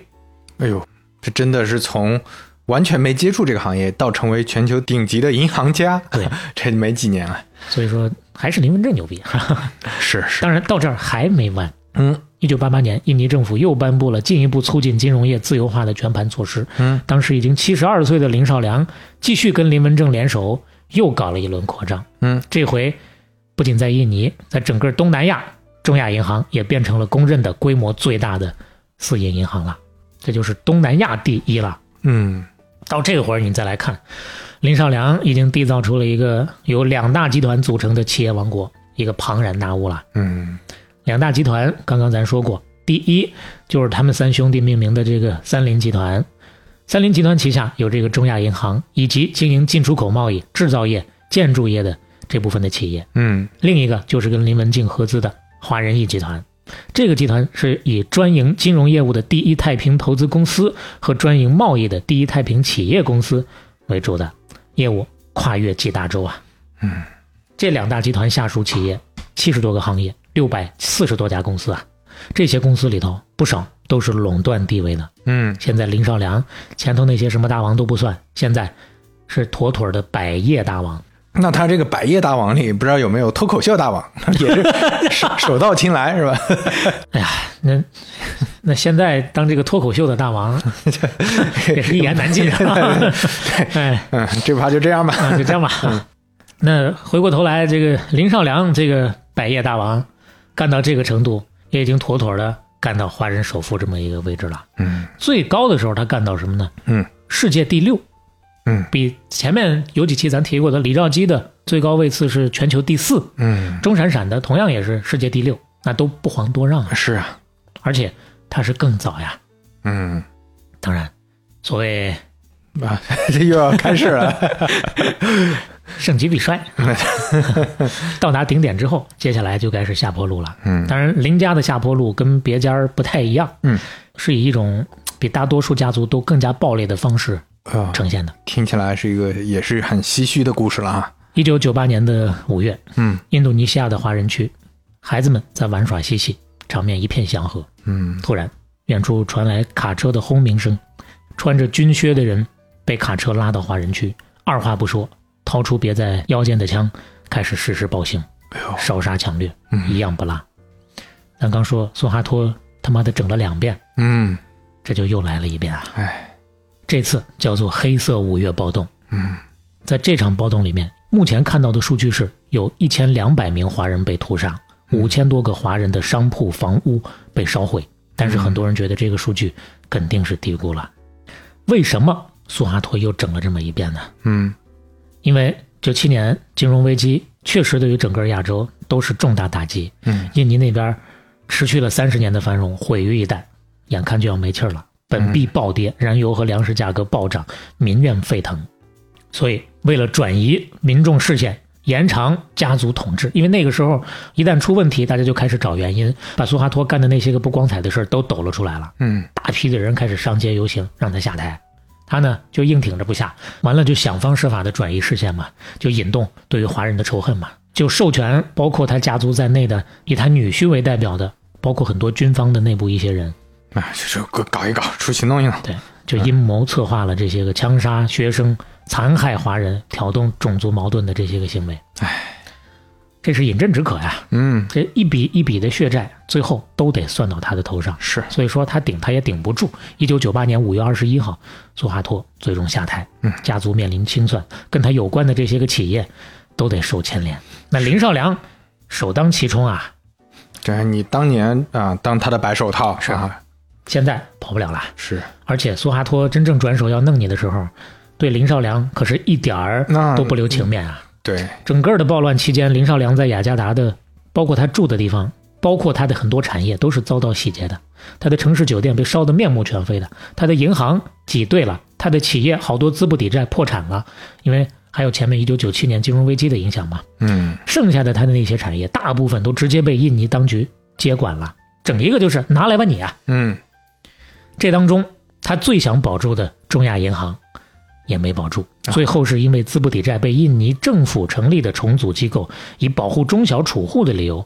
C: 哎呦，这真的是从完全没接触这个行业到成为全球顶级的银行家，
B: 对，
C: 这没几年了。
B: 所以说，还是林文正牛逼。啊
C: 是是，
B: 当然，到这儿还没完。
C: 嗯
B: 一九八八年，印尼政府又颁布了进一步促进金融业自由化的全盘措施。
C: 嗯，
B: 当时已经七十二岁的林少良继续跟林文正联手，又搞了一轮扩张。
C: 嗯，
B: 这回不仅在印尼，在整个东南亚，中亚银行也变成了公认的规模最大的私营银行了，这就是东南亚第一了。
C: 嗯
B: 到这会儿，你再来看，林少良已经缔造出了一个由两大集团组成的企业王国，一个庞然大物了。
C: 嗯
B: 两大集团，刚刚咱说过，第一就是他们三兄弟命名的这个三菱集团。三菱集团旗下有这个中亚银行，以及经营进出口贸易、制造业、建筑业的这部分的企业。
C: 嗯
B: 另一个就是跟林文静合资的华人义集团。这个集团是以专营金融业务的第一太平投资公司和专营贸易的第一太平企业公司为主的，业务跨越几大洲啊。
C: 嗯，
B: 这两大集团下属企业七十多个行业，六百四十多家公司啊。这些公司里头不少都是垄断地位的。
C: 嗯
B: 现在林少良前头那些什么大王都不算，现在是妥妥的百业大王。
C: 那他这个百业大王里，不知道有没有脱口秀大王， 也是手手到擒来是吧？
B: 哎呀，那那现在当这个脱口秀的大王也是一言 难尽啊！ 哎，
C: 嗯，这趴就这样吧。
B: 啊，就这样吧。
C: 嗯
B: 那回过头来，这个林少良这个百业大王干到这个程度，也已经妥妥的干到华人首富这么一个位置了。
C: 嗯
B: 最高的时候，他干到什么呢？
C: 嗯，
B: 世界第六，
C: 嗯
B: 比前面有几期咱提过的李兆基的最高位次是全球第四，
C: 嗯，
B: 钟闪闪的同样也是世界第六，那都不遑多让啊。
C: 是啊，
B: 而且他是更早呀，
C: 嗯
B: 当然，所谓
C: 啊，这又要开始了。
B: 盛极必 衰，到达顶点之后，接下来就该是下坡路了。
C: 嗯
B: 当然，林家的下坡路跟别家儿不太一样，
C: 嗯，
B: 是以一种比大多数家族都更加暴烈的方式
C: 啊，
B: 呈现的。
C: 听起来是一个也是很唏嘘的故事了啊。
B: 一九九八年的五月，
C: 嗯
B: 印度尼西亚的华人区，孩子们在玩耍嬉戏，场面一片祥和。
C: 嗯
B: 突然，远处传来卡车的轰鸣声，穿着军靴的人被卡车拉到华人区，二话不说，掏出别在腰间的枪，开始实施暴行
C: 哎呦，嗯
B: 烧杀抢掠，一样不落。咱刚说苏哈托他妈的整了两遍，
C: 嗯，
B: 这就又来了一遍啊！
C: 哎，
B: 这次叫做黑色五月暴动。
C: 嗯，
B: 在这场暴动里面，目前看到的数据是有一千两百名华人被屠杀，五千多个华人的商铺、房屋被烧毁。但是很多人觉得这个数据肯定是低估了。为什么苏哈托又整了这么一遍呢？
C: 嗯
B: 因为九七年金融危机确实对于整个亚洲都是重大打击。
C: 嗯，
B: 印尼那边持续了三十年的繁荣毁于一旦，眼看就要没气儿了，本币暴跌，燃油和粮食价格暴涨，民怨沸腾。所以，为了转移民众视线，延长家族统治，因为那个时候一旦出问题，大家就开始找原因，把苏哈托干的那些个不光彩的事儿都抖了出来了。
C: 嗯
B: 大批的人开始上街游行，让他下台。他呢就硬挺着不下，完了就想方设法的转移视线嘛，就引动对于华人的仇恨嘛，就授权包括他家族在内的以他女婿为代表的，包括很多军方的内部一些人，
C: 啊，就是搞一搞，出去弄一弄。
B: 对，就阴谋策划了这些个枪杀学生、残害华人、挑动种族矛盾的这些个行为。唉，这是饮鸩止渴呀、
C: 嗯，
B: 这一笔一笔的血债，最后都得算到他的头上。
C: 是，
B: 所以说他顶他也顶不住。一九九八年五月二十一号，苏哈托最终下台，
C: 嗯
B: 家族面临清算，跟他有关的这些个企业都得受牵连。那林少良首当其冲啊，
C: 对你当年啊，当他的白手套是啊，
B: 现在跑不了了。
C: 是，
B: 而且苏哈托真正转手要弄你的时候，对林少良可是一点儿
C: 那
B: 都不留情面啊。
C: 对，
B: 整个的暴乱期间，林少良在雅加达的，包括他住的地方，包括他的很多产业，都是遭到洗劫的。他的城市酒店被烧得面目全非的，他的银行挤兑了，他的企业好多资不抵债破产了，因为还有前面一九九七年金融危机的影响嘛。
C: 嗯
B: 剩下的他的那些产业，大部分都直接被印尼当局接管了。整一个就是拿来吧你啊！
C: 嗯
B: 这当中，他最想保住的中亚银行也没保住，最后是因为资不抵债被印尼政府成立的重组机构以保护中小储户的理由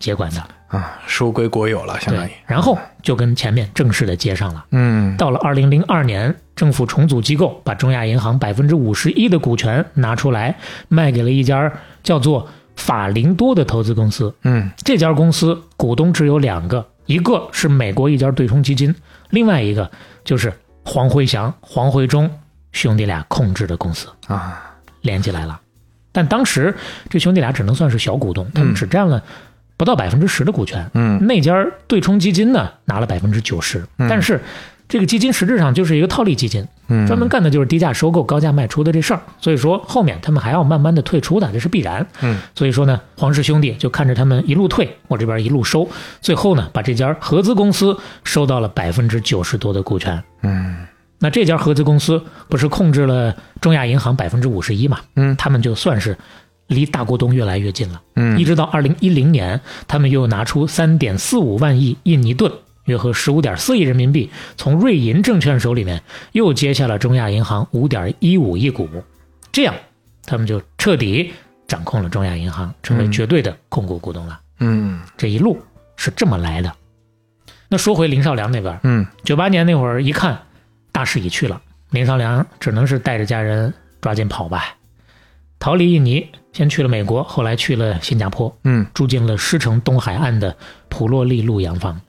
B: 接管的。
C: 啊，收归国有了，相当
B: 对
C: 于，，
B: 然后就跟前面正式的接上了。
C: 嗯
B: 到了二零零二年，政府重组机构把中亚银行百分之五十一的股权拿出来卖给了一家叫做法林多的投资公司。
C: 嗯
B: 这家公司股东只有两个，一个是美国一家对冲基金，另外一个就是黄辉翔、黄辉忠兄弟俩控制的公司
C: 啊，
B: 连起来了。但当时这兄弟俩只能算是小股东，他们只占了不到百分之十的股权。
C: 嗯
B: 那家对冲基金呢拿了百分之九十，但是这个基金实质上就是一个套利基金，
C: 嗯，
B: 专门干的就是低价收购、高价卖出的这事儿。所以说后面他们还要慢慢的退出的，这是必然。
C: 嗯，
B: 所以说呢，黄氏兄弟就看着他们一路退，我这边一路收，最后呢，把这家合资公司收到了百分之九十多的股权。
C: 嗯
B: 那这家合资公司不是控制了中亚银行百分之五十一嘛？
C: 嗯
B: 他们就算是离大股东越来越近了。
C: 嗯
B: 一直到二零一零年，他们又拿出三点四五万亿印尼盾，约合十五点四亿人民币，从瑞银证券手里面又接下了中亚银行五点一五亿股，这样他们就彻底掌控了中亚银行，成为绝对的控股股东了。
C: 嗯
B: 这一路是这么来的。那说回林少良那边，
C: 嗯
B: 九八年那会儿一看，大势已去了，林少良只能是带着家人抓紧跑吧，逃离印尼，先去了美国，后来去了新加坡，
C: 嗯
B: 住进了狮城东海岸的普洛利路洋房。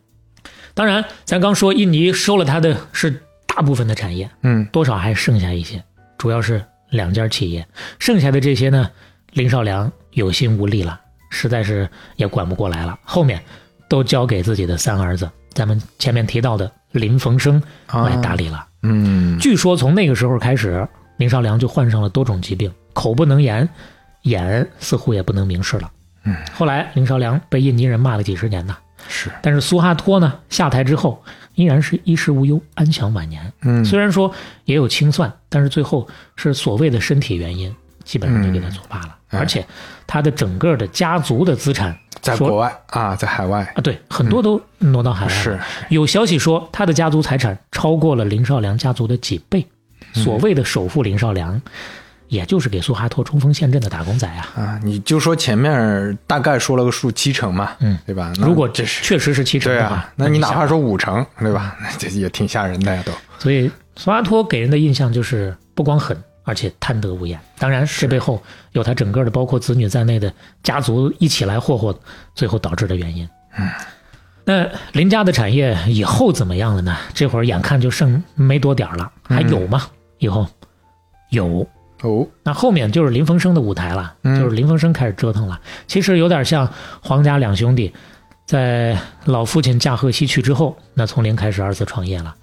B: 当然，咱刚说印尼收了他的是大部分的产业，
C: 嗯
B: 多少还剩下一些，主要是两家企业，剩下的这些呢，林少良有心无力了，实在是也管不过来了，后面都交给自己的三儿子，咱们前面提到的林逢生来打理了。
C: 嗯
B: 据说从那个时候开始，林少良就患上了多种疾病，口不能言，眼似乎也不能明视了。
C: 嗯，
B: 后来林少良被印尼人骂了几十年呐，
C: 是
B: 但是苏哈托呢下台之后，依然是衣食无忧，安享晚年。
C: 嗯
B: 虽然说也有清算，但是最后是所谓的身体原因，基本上就给他作罢了。
C: 嗯哎
B: 而且他的整个的家族的资产
C: 在
B: 说
C: 国外啊，在海外
B: 啊，对，很多都挪到海外了。
C: 是
B: 有消息说，他的家族财产超过了林少良家族的几倍。
C: 嗯
B: 所谓的首富林少良，也就是给苏哈托冲锋陷阵的打工仔啊。
C: 啊，你就说前面大概说了个数七成嘛，
B: 嗯，
C: 对吧？那
B: 如果
C: 啊这是
B: 确实是七成
C: 对
B: 的话，
C: 啊，那你哪
B: 想
C: 怕说五成，对吧？那这也挺吓人的呀，都
B: 所以苏哈托给人的印象就是不光狠，而且贪得无厌。当然，这背后有他整个的包括子女在内的家族一起来霍霍，最后导致的原因。嗯，那林家的产业以后怎么样了呢？这会儿眼看就剩没多点儿了，还有吗？以后有。
C: 哦，
B: 那后面就是林峰生的舞台了，
C: 嗯
B: 就是林峰生开始折腾了。其实有点像黄家两兄弟，在老父亲驾鹤西去之后，那从零开始二次创业了。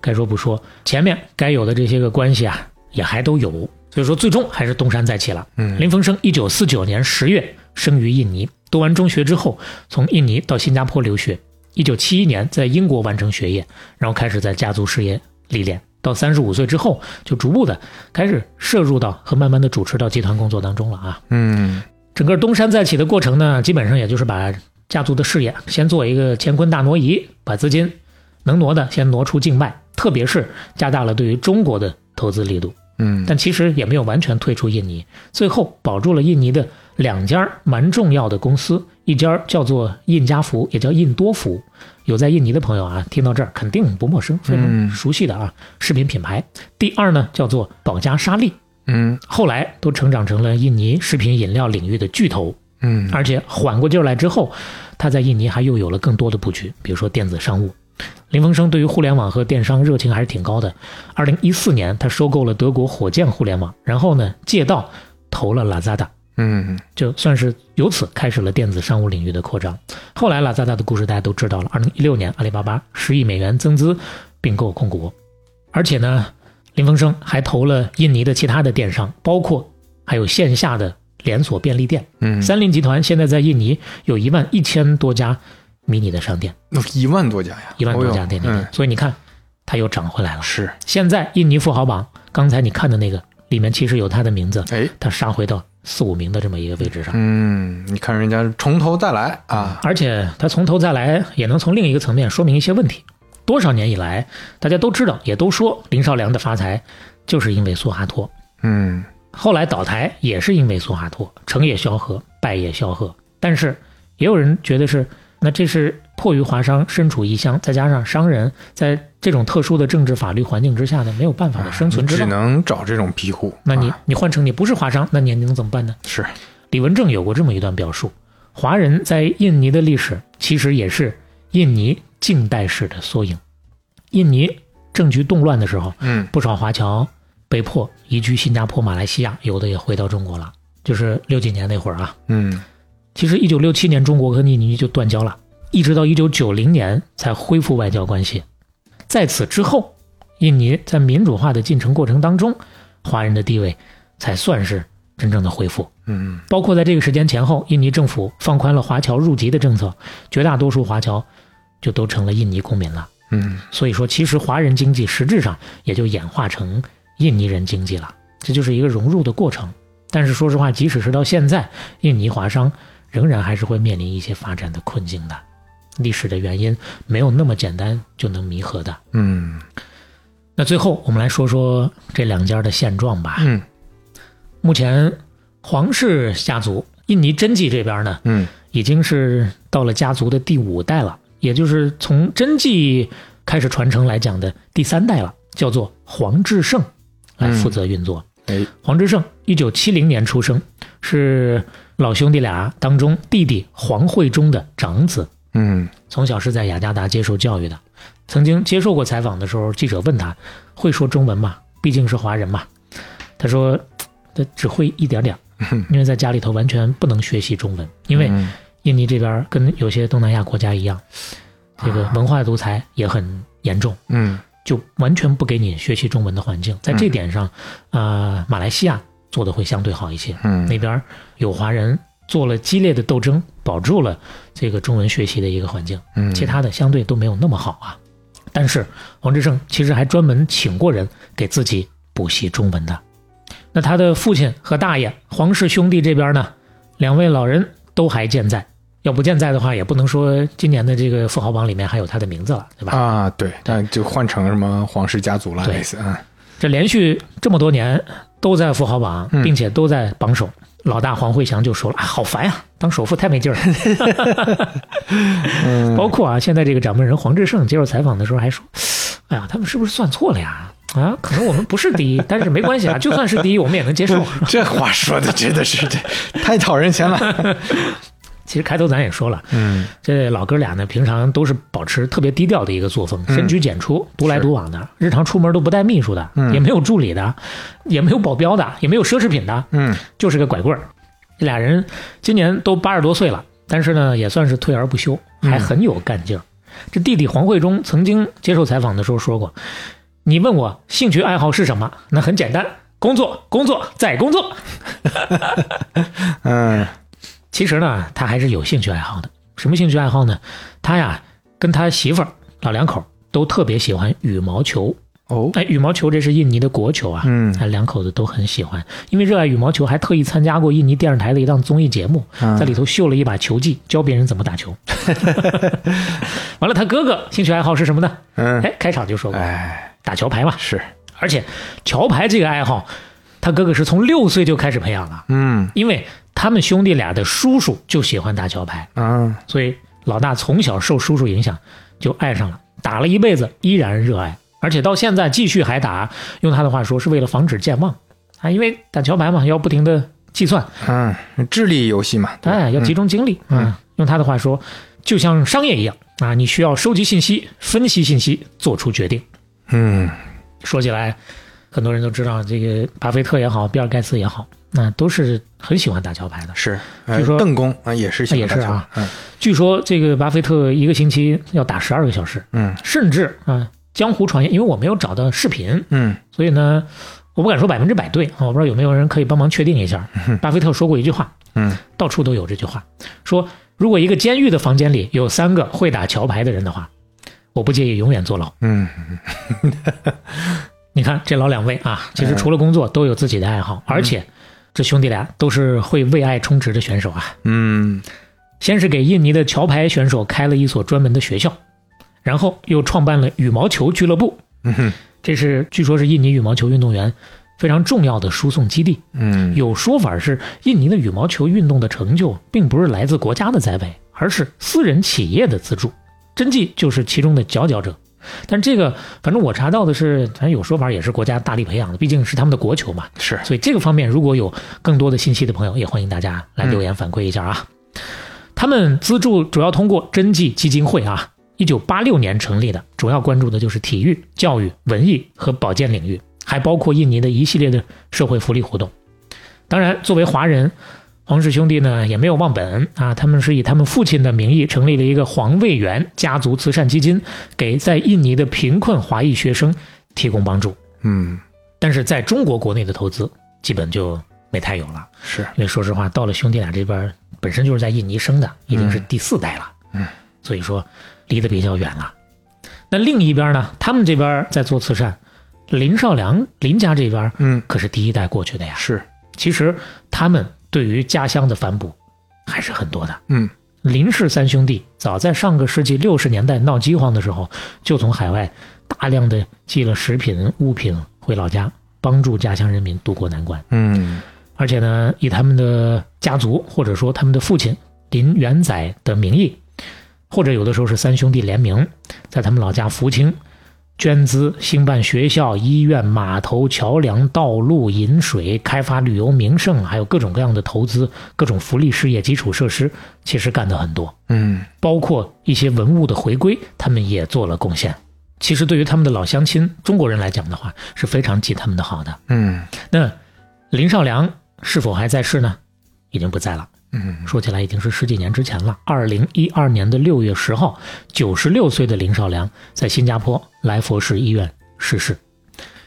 B: 该说不说，前面该有的这些个关系啊，也还都有。所以说，最终还是东山再起了。
C: 嗯
B: 林峰生一九四九年十月生于印尼，读完中学之后，从印尼到新加坡留学。一九七一年在英国完成学业，然后开始在家族事业历练。到三十五岁之后，就逐步的开始涉入到和慢慢的主持到集团工作当中了啊。
C: 嗯
B: 整个东山再起的过程呢，基本上也就是把家族的事业先做一个乾坤大挪移，把资金能挪的先挪出境外，特别是加大了对于中国的投资力度。
C: 嗯
B: 但其实也没有完全退出印尼，最后保住了印尼的两家蛮重要的公司，一家叫做印加福，也叫印多福。有在印尼的朋友啊，听到这儿肯定不陌生，非常
C: 嗯
B: 熟悉的啊，饰品品牌。第二呢，叫做保加莎利，
C: 嗯
B: 后来都成长成了印尼食品饮料领域的巨头，
C: 嗯
B: 而且缓过劲儿来之后，他在印尼还又有了更多的布局，比如说电子商务。林峰生对于互联网和电商热情还是挺高的。二零一四年，他收购了德国火箭互联网，然后呢借道投了 Lazada，
C: 嗯
B: 就算是由此开始了电子商务领域的扩张。后来 Lazada 的故事大家都知道了。二零一六年，阿里巴巴十亿美元增资并购控股，而且呢，林峰生还投了印尼的其他的电商，包括还有线下的连锁便利店。
C: 嗯，
B: 三菱集团现在在印尼有一万一千多家迷你的商店，
C: 一万多家呀，
B: 一万多
C: 哦
B: 家
C: 哟
B: 便利店
C: 嗯，
B: 所以你看，它又涨回来了。
C: 是
B: 现在印尼富豪榜，刚才你看的那个里面其实有它的名字，
C: 哎，
B: 它杀回到四五名的这么一个位置上。
C: 嗯，你看人家从头再来啊，
B: 而且它从头再来，也能从另一个层面说明一些问题。多少年以来，大家都知道，也都说林少良的发财就是因为苏哈托，
C: 嗯
B: 后来倒台也是因为苏哈托，成也萧何，败也萧何。但是也有人觉得是，那这是迫于华商身处异乡，再加上商人在这种特殊的政治法律环境之下呢，没有办法的生存之
C: 只
B: 道。
C: 能找这种庇护。
B: 那你
C: 啊
B: 你换成你不是华商，那你你能怎么办呢？
C: 是
B: 李文正有过这么一段表述：华人在印尼的历史其实也是印尼近代史的缩影。印尼政局动乱的时候，
C: 嗯
B: 不少华侨被迫移居新加坡、马来西亚，有的也回到中国了。就是六几年那会儿啊，
C: 嗯
B: 其实一九六七年中国和印尼就断交了，一直到一九九零年才恢复外交关系。在此之后，印尼在民主化的进程过程当中，华人的地位才算是真正的恢复。
C: 嗯
B: 包括在这个时间前后，印尼政府放宽了华侨入籍的政策，绝大多数华侨就都成了印尼公民了。
C: 嗯
B: 所以说，其实华人经济实质上也就演化成印尼人经济了，这就是一个融入的过程。但是说实话，即使是到现在，印尼华商仍然还是会面临一些发展的困境的。历史的原因没有那么简单就能弥合的。
C: 嗯
B: 那最后我们来说说这两家的现状吧。
C: 嗯
B: 目前皇室家族印尼真迹这边呢，
C: 嗯
B: 已经是到了家族的第五代了，也就是从真迹开始传承来讲的第三代了，叫做黄志胜来负责运作。
C: 哎
B: 黄志胜一九七零年出生，是老兄弟俩当中弟弟黄慧中的长子。
C: 嗯
B: 从小是在雅加达接受教育的。曾经接受过采访的时候，记者问他会说中文吗？毕竟是华人嘛。他说他只会一点点儿，因为在家里头完全不能学习中文，因为
C: 嗯
B: 印尼这边儿跟有些东南亚国家一样，这个文化独裁也很严重。
C: 嗯
B: 就完全不给你学习中文的环境，在这点上，呃，马来西亚做的会相对好一些。
C: 嗯
B: 那边儿有华人做了激烈的斗争，保住了这个中文学习的一个环境。
C: 嗯
B: 其他的相对都没有那么好啊。但是黄志胜其实还专门请过人给自己补习中文的。那他的父亲和大爷黄氏兄弟这边呢，两位老人都还健在。要不健在的话，也不能说今年的这个富豪榜里面还有他的名字了，对吧？
C: 啊，对，那就换成什么皇室家族了，
B: 对
C: 类似啊，
B: 这连续这么多年都在富豪榜，
C: 嗯
B: 并且都在榜首。老大黄慧祥就说了：“啊，好烦呀、当首富太没劲儿了。 包括啊，现在这个掌门人黄志胜接受采访的时候还说：“哎呀，他们是不是算错了呀？啊，可能我们不是第一，但是没关系啊，就算是第一，我们也能接受。
C: 这话说的真的是这太讨人嫌 了。
B: 其实开头咱也说了，
C: 嗯
B: 这老哥俩呢，平常都是保持特别低调的一个作风，深居简出，独来独往的，日常出门都不带秘书的，也没有助理的，也没有保镖的，也没有奢侈品的，
C: 嗯
B: 就是个拐棍儿。这俩人今年都八十多岁了，但是呢，也算是退而不休，还很有干劲儿。这弟弟黄慧中曾经接受采访的时候说过：“你问我兴趣爱好是什么？那很简单，工作，工作，再工作。
C: 嗯”
B: 其实呢，他还是有兴趣爱好的。什么兴趣爱好呢？他呀，跟他媳妇儿老两口都特别喜欢羽毛球。
C: 哦
B: 哎，羽毛球这是印尼的国球啊，
C: 嗯
B: 哎，两口子都很喜欢，因为热爱羽毛球，还特意参加过印尼电视台的一档综艺节目，
C: 嗯
B: 在里头秀了一把球技，教别人怎么打球。 完了，他哥哥兴趣爱好是什么呢？
C: 嗯，
B: 哎，开场就说过
C: 哎
B: 打桥牌嘛，
C: 是
B: 而且桥牌这个爱好，他哥哥是从六岁就开始培养了，
C: 嗯
B: 因为他们兄弟俩的叔叔就喜欢打桥牌，
C: 啊
B: 所以老大从小受叔叔影响，就爱上了，打了一辈子，依然热爱，而且到现在继续还打。用他的话说，是为了防止健忘啊，因为打桥牌嘛，要不停的计算，
C: 嗯，智力游戏嘛，对吧
B: 哎，要集中精力啊、用他的话说，就像商业一样啊，你需要收集信息、分析信息，做出决定。
C: 嗯
B: 说起来，很多人都知道，这个巴菲特也好，比尔盖茨也好，那都是很喜欢打桥牌的。
C: 是，
B: 据说
C: 呃邓公啊也是喜欢
B: 也是
C: 打球
B: 啊，
C: 嗯
B: 据说这个巴菲特一个星期要打十二个小时。
C: 嗯
B: 甚至啊，江湖传言，因为我没有找到视频，
C: 嗯
B: 所以呢，我不敢说百分之百对啊，我不知道有没有人可以帮忙确定一下。巴菲特说过一句话，
C: 嗯
B: 到处都有这句话，说如果一个监狱的房间里有三个会打桥牌的人的话，我不介意永远坐牢。
C: 嗯
B: 你看这老两位啊，其实除了工作都有自己的爱好，而且这兄弟俩都是会为爱充值的选手啊。
C: 嗯
B: 先是给印尼的桥牌选手开了一所专门的学校，然后又创办了羽毛球俱乐部。
C: 嗯哼
B: 这是据说是印尼羽毛球运动员非常重要的输送基地。
C: 嗯
B: 有说法是，印尼的羽毛球运动的成就并不是来自国家的栽培，而是私人企业的资助。真迹就是其中的佼佼者。但这个，反正我查到的是，反正有说法也是国家大力培养的，毕竟是他们的国球嘛。
C: 是
B: 所以这个方面，如果有更多的信息的朋友，也欢迎大家来留言反馈一下啊。他们资助主要通过真迹基金会啊，一九八六年成立的，主要关注的就是体育、教育、文艺和保健领域，还包括印尼的一系列的社会福利活动。当然，作为华人，黄氏兄弟呢也没有忘本啊，他们是以他们父亲的名义成立了一个黄卫元家族慈善基金，给在印尼的贫困华裔学生提供帮助。
C: 嗯
B: 但是在中国国内的投资基本就没太有了，
C: 是
B: 因为说实话，到了兄弟俩这边，本身就是在印尼生的，已经是第四代了，
C: 嗯，
B: 所以说离得比较远了。那另一边呢，他们这边在做慈善，林少良林家这边
C: 嗯
B: 可是第一代过去的呀，
C: 是
B: 其实他们对于家乡的反哺还是很多的。
C: 嗯，
B: 林氏三兄弟早在上个世纪六十年代闹饥荒的时候，就从海外大量的寄了食品、物品回老家，帮助家乡人民渡过难关。
C: 嗯
B: 而且呢，以他们的家族或者说他们的父亲林元载的名义，或者有的时候是三兄弟联名，在他们老家福清捐资兴办学校、医院、码头、桥梁、道路、引水，开发旅游名胜，还有各种各样的投资、各种福利事业、基础设施，其实干的很多。
C: 嗯
B: 包括一些文物的回归，他们也做了贡献。其实对于他们的老乡亲中国人来讲的话，是非常记他们的好的。
C: 嗯
B: 那林少良是否还在世呢？已经不在了。
C: 嗯
B: 说起来已经是十几年之前了。二零一二年的六月十号，九十六岁的林少良在新加坡来佛士医院逝世。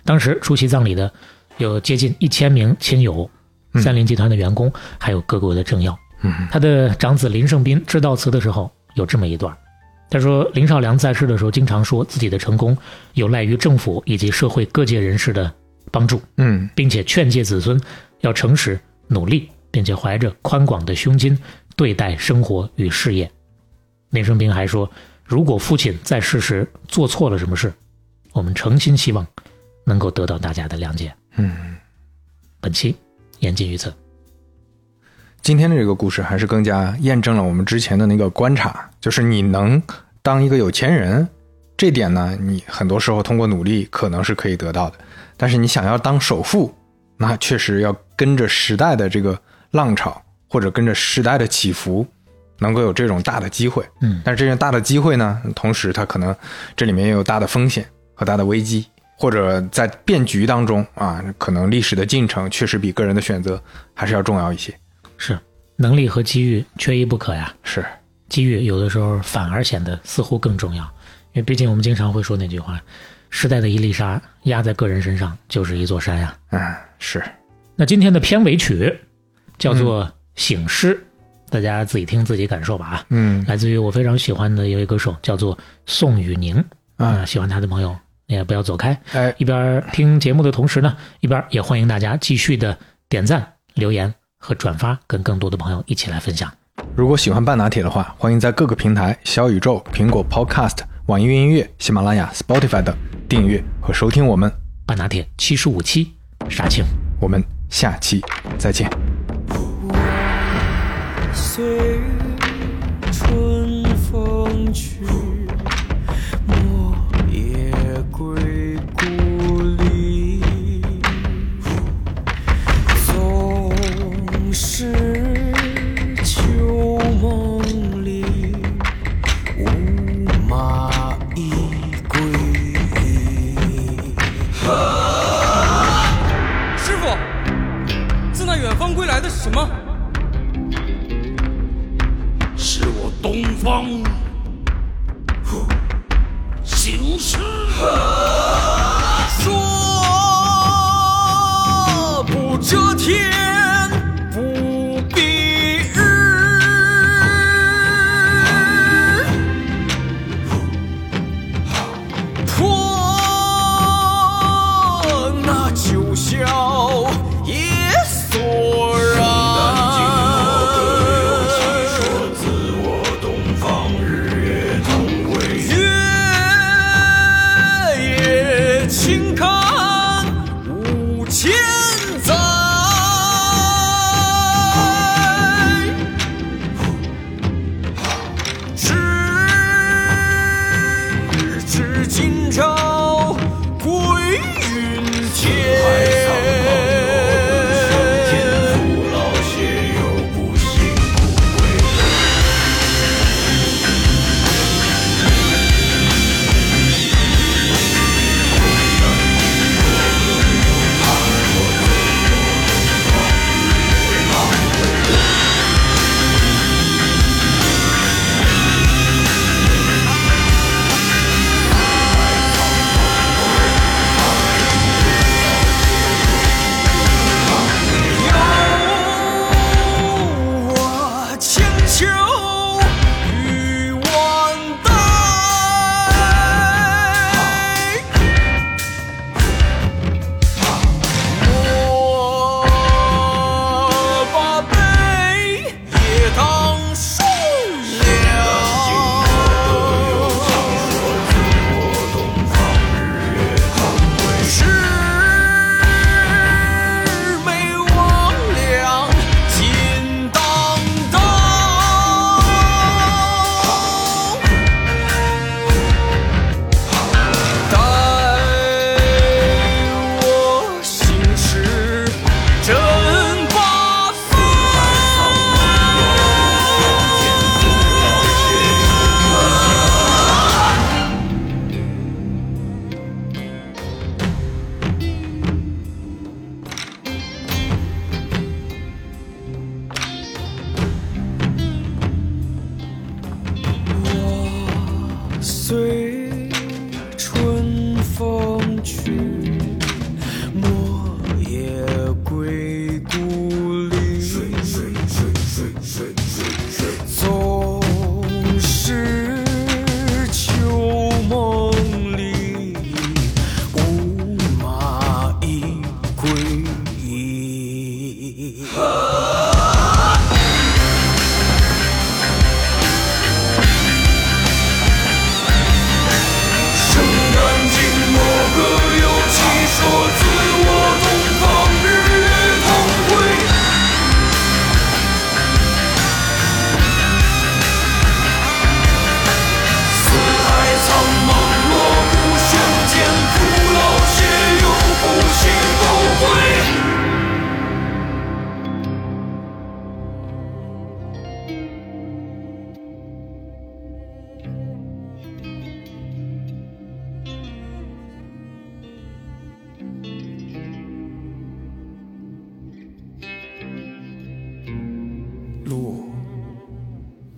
B: 当时出席葬礼的有接近一千名亲友、三菱集团的员工，还有各国的政要。
C: 嗯
B: 他的长子林胜斌致悼词的时候有这么一段儿，他说林少良在世的时候经常说自己的成功有赖于政府以及社会各界人士的帮助，
C: 嗯
B: 并且劝诫子孙要诚实努力，并且怀着宽广的胸襟对待生活与事业。林胜斌还说，如果父亲在世时做错了什么事，我们诚心希望能够得到大家的谅解。
C: 嗯，
B: 本期言尽于此。
C: 今天的这个故事还是更加验证了我们之前的那个观察，就是你能当一个有钱人，这点呢，你很多时候通过努力可能是可以得到的，但是你想要当首富，那确实要跟着时代的这个浪潮，或者跟着时代的起伏，能够有这种大的机会。
B: 嗯
C: 但是这种大的机会呢，同时它可能这里面也有大的风险和大的危机，或者在变局当中啊，可能历史的进程确实比个人的选择还是要重要一些。
B: 是能力和机遇缺一不可呀。
C: 是，
B: 机遇有的时候反而显得似乎更重要，因为毕竟我们经常会说那句话：“时代的一粒沙压在个人身上就是一座山呀、
C: 嗯，是，
B: 那今天的片尾曲叫做《醒狮》，大家自己听自己感受吧啊。
C: 嗯
B: 来自于我非常喜欢的一位歌手，叫做宋雨宁啊、
C: 啊，
B: 喜欢他的朋友也不要走开，
C: 哎，
B: 一边听节目的同时呢，一边也欢迎大家继续的点赞、留言和转发，跟更多的朋友一起来分享。
C: 如果喜欢半拿铁的话，欢迎在各个平台小宇宙、苹果 Podcast、网易云音乐、喜马拉雅、Spotify 等订阅和收听我们，
B: 半拿铁七十五期，杀青。
C: 我们下期再见。
D: 随春风去，莫夜归故里。总是旧梦里，无马亦归矣。
E: 师傅，自那远方归来的是什么？
F: 是我东方行尸。
E: 说不遮天，不避日。
D: 破那九霄也索然。
F: 说自我东方日，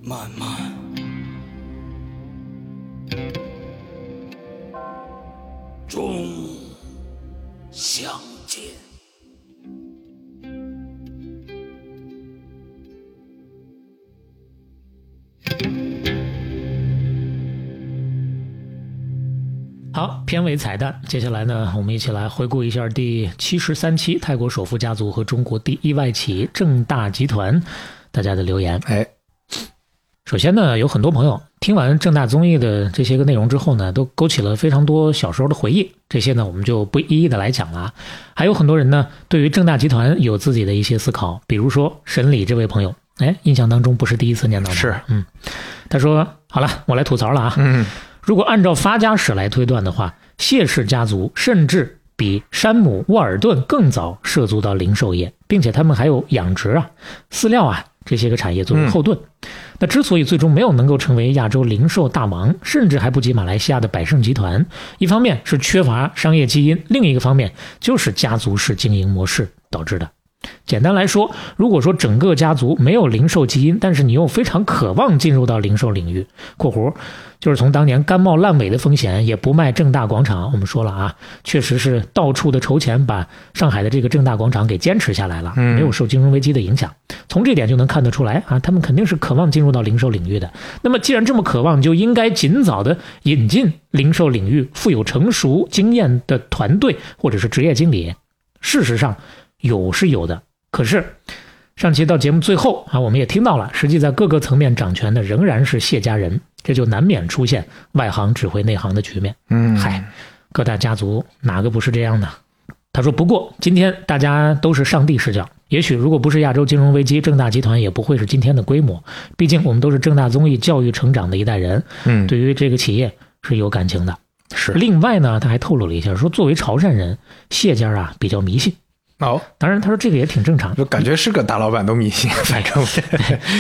E: 慢慢。
F: 终相见。
B: 好，片尾彩蛋。接下来呢，我们一起来回顾一下第七十三期泰国首富家族和中国第一外企正大集团大家的留言。
C: 哎，
B: 首先呢，有很多朋友听完正大综艺的这些个内容之后呢，都勾起了非常多小时候的回忆。这些呢，我们就不一一的来讲了啊。还有很多人呢，对于正大集团有自己的一些思考，比如说沈礼这位朋友，哎，印象当中不是第一次念到吗
C: 是，
B: 嗯，他说好了，我来吐槽了啊。
C: 嗯，
B: 如果按照发家史来推断的话，谢氏家族甚至比山姆·沃尔顿更早涉足到零售业，并且他们还有养殖啊、饲料啊这些个产业作为后盾。那之所以最终没有能够成为亚洲零售大王，甚至还不及马来西亚的百盛集团，一方面是缺乏商业基因，另一个方面就是家族式经营模式导致的。简单来说，如果说整个家族没有零售基因，但是你又非常渴望进入到零售领域（括弧就是从当年甘冒烂尾的风险，也不卖正大广场），我们说了啊，确实是到处的筹钱把上海的这个正大广场给坚持下来了，
C: 嗯
B: 没有受金融危机的影响。从这点就能看得出来啊，他们肯定是渴望进入到零售领域的。那么既然这么渴望，就应该尽早的引进零售领域富有成熟经验的团队或者是职业经理。事实上，有是有的，可是上期到节目最后啊，我们也听到了，实际在各个层面掌权的仍然是谢家人，这就难免出现外行指挥内行的局面。
C: 嗯，
B: 嗨，各大家族哪个不是这样呢？他说：“不过今天大家都是上帝视角，也许如果不是亚洲金融危机，正大集团也不会是今天的规模。毕竟我们都是正大综艺教育成长的一代人，
C: 嗯，
B: 对于这个企业是有感情的。
C: 是
B: 另外呢，他还透露了一下，说作为潮汕人，谢家啊比较迷信。
C: 哦，
B: 当然，他说这个也挺正常，
C: 就感觉是个大老板都迷信，反正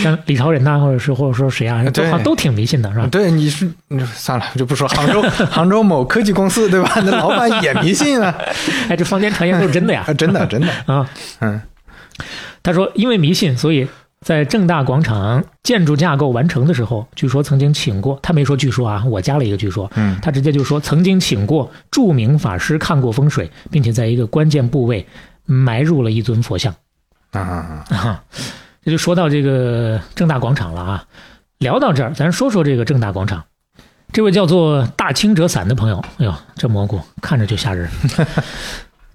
B: 像李朝仁呐、或者是或者说谁啊，都
C: 嗯对嗯
B: 好像都挺迷信的，是吧？
C: 对，你是你算了， 就不说杭州杭州某科技公司对吧？ 那老板也迷信啊，
B: 哎，这坊间传言都是真的呀
C: 啊，真的真的，
B: 啊！
C: 嗯，
B: 他说，因为迷信，所以在正大广场建筑架构完成的时候，据说曾经请过，他没说据说啊，我加了一个据说，
C: 嗯
B: 他直接就说曾经请过著名法师看过风水，并且在一个关键部位埋入了一尊佛像。
C: 啊，
B: 啊，这就说到这个正大广场了啊。聊到这儿，咱说说这个正大广场。这位叫做大清折伞的朋友，哎呦，这蘑菇看着就吓人。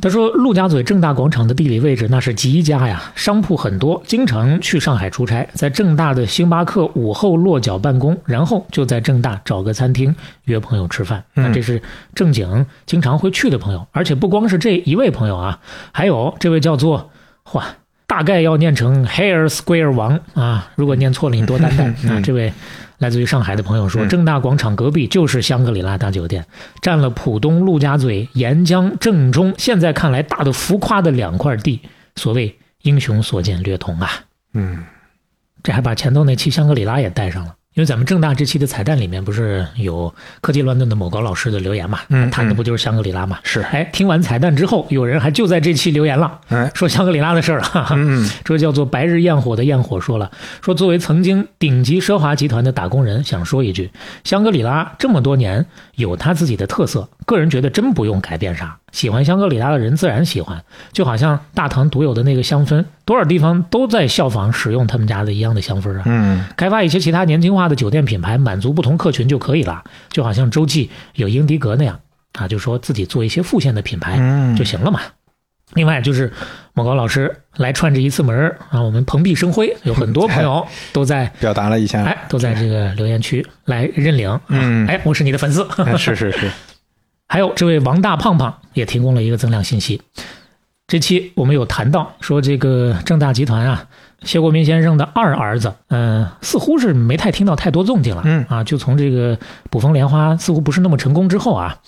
B: 他说，陆家嘴正大广场的地理位置那是极佳呀，商铺很多，经常去上海出差，在正大的星巴克午后落脚办公，然后就在正大找个餐厅约朋友吃饭。那
C: 嗯
B: 这是正经经常会去的朋友，而且不光是这一位朋友啊，还有这位叫做哇，大概要念成 Hair Square 王啊，如果念错了你多担待啊。这位来自于上海的朋友说，
C: 嗯
B: 正大广场隔壁就是香格里拉大酒店，占了浦东、陆家嘴、沿江正中，现在看来大的浮夸的两块地，所谓英雄所见略同啊。
C: 嗯，
B: 这还把前头那期香格里拉也带上了。因为咱们正大这期的彩蛋里面不是有科技乱炖的某高老师的留言嘛，
C: 嗯
B: 谈的不就是香格里拉嘛？
C: 是
B: 哎，听完彩蛋之后，有人还就在这期留言了，
C: 哎，
B: 说香格里拉的事儿了。哈哈
C: 嗯，
B: 这叫做白日焰火的焰火说了，说作为曾经顶级奢华集团的打工人，想说一句，香格里拉这么多年有它自己的特色，个人觉得真不用改变啥，喜欢香格里拉的人自然喜欢，就好像大唐独有的那个香氛，多少地方都在效仿使用他们家的一样的香氛啊。
C: 嗯，
B: 开发一些其他年轻化的酒店品牌，满足不同客群就可以了，就好像洲际有英迪格那样啊，就说自己做一些副线的品牌
C: 嗯
B: 就行了嘛。另外就是某高老师来串这一次门儿啊，我们蓬荜生辉，有很多朋 友都在
C: 表达了一下，
B: 哎都在这个留言区来认领，
C: 嗯
B: 哎，我是你的粉丝，
C: 哎是是 是，
B: 还有这位王大胖胖也提供了一个增量信息。这期我们有谈到说，这个正大集团啊，谢国民先生的二儿子，嗯、似乎是没太听到太多动静了，
C: 嗯
B: 啊，就从这个捕风莲花似乎不是那么成功之后啊，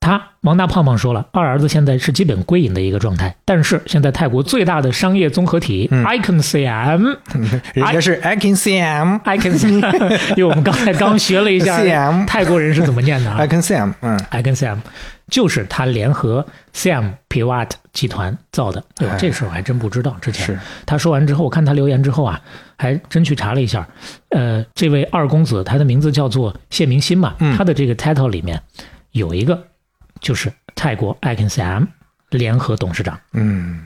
B: 他王大胖胖说了，二儿子现在是基本归隐的一个状态，但是现在泰国最大的商业综合体、
C: 嗯
B: Icon CM
C: 人
B: 哎
C: 家是 I can Sam。
B: Icon CM，因为我们刚才刚学了一下
C: CM
B: 泰国人是怎么念的啊
C: I can Sam，嗯，
B: Icon CM 就是他联合 Sam Pivat 集团造的。哎呦
C: 哎，
B: 这事儿我还真不知道。之前
C: 是
B: 他说完之后，我看他留言之后啊，还真去查了一下。呃，这位二公子，他的名字叫做谢明心嘛，
C: 嗯
B: 他的这个 title 里面有一个就是泰国 Icon Sam 联合董事长。
C: 嗯，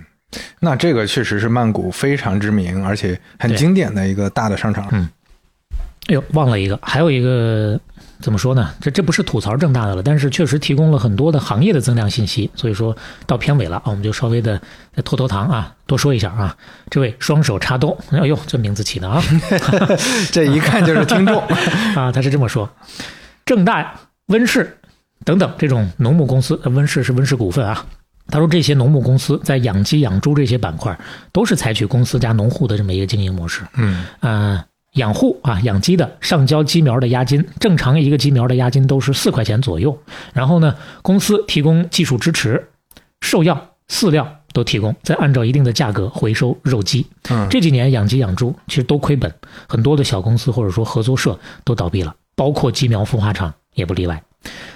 C: 那这个确实是曼谷非常知名而且很
B: 对
C: 经典的一个大的商场。
B: 哎呦，忘了一个，还有一个怎么说呢？这这不是吐槽正大的了，但是确实提供了很多的行业的增量信息。所以说到片尾了啊，我们就稍微的再拖拖堂啊，多说一下啊。这位双手插兜，哎呦，这名字起的啊
C: 这一看就是听 众。
B: 啊，他是这么说：正大、温氏等等这种农牧公司，呃温氏是温氏股份啊。他说，这些农牧公司在养鸡、养猪这些板块，都是采取公司加农户的这么一个经营模式。
C: 嗯
B: 呃，养户啊，养鸡的上交鸡苗的押金，正常一个鸡苗的押金都是四块钱左右。然后呢，公司提供技术支持，兽药、饲料都提供，再按照一定的价格回收肉鸡。
C: 嗯，
B: 这几年养鸡养猪其实都亏本，很多的小公司或者说合作社都倒闭了，包括鸡苗孵化厂也不例外。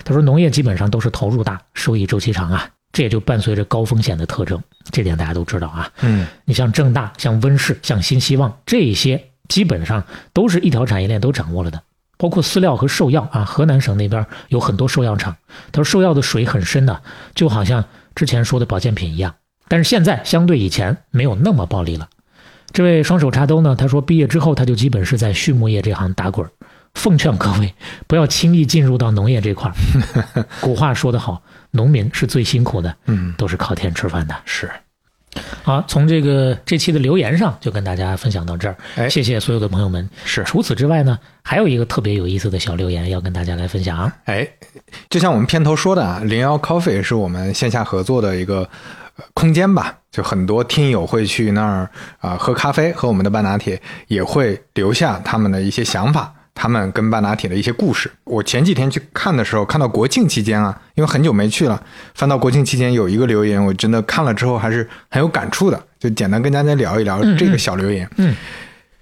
B: 他说，农业基本上都是投入大，收益周期长啊，这也就伴随着高风险的特征，这点大家都知道啊。
C: 嗯
B: 你像正大、像温氏、像新希望这些，基本上都是一条产业链都掌握了的，包括饲料和兽药啊。河南省那边有很多兽药厂，他说兽药的水很深的，就好像之前说的保健品一样。但是现在相对以前没有那么暴利了。这位双手插兜呢，他说毕业之后他就基本是在畜牧业这行打滚儿。奉劝各位不要轻易进入到农业这块儿。古话说得好，农民是最辛苦的，
C: 嗯，
B: 都是靠天吃饭的。
C: 是。
B: 好，从这个这期的留言上就跟大家分享到这儿，
C: 哎
B: 谢谢所有的朋友们。
C: 是
B: 除此之外呢，还有一个特别有意思的小留言要跟大家来分享。
C: 哎，就像我们片头说的啊，零幺 Coffee 是我们线下合作的一个呃空间吧，就很多听友会去那儿啊、喝咖啡，喝我们的半拿铁，也会留下他们的一些想法。他们跟半拿铁的一些故事，我前几天去看的时候，看到国庆期间啊，因为很久没去了，翻到国庆期间有一个留言，我真的看了之后还是很有感触的，就简单跟大家聊一聊这个小留言。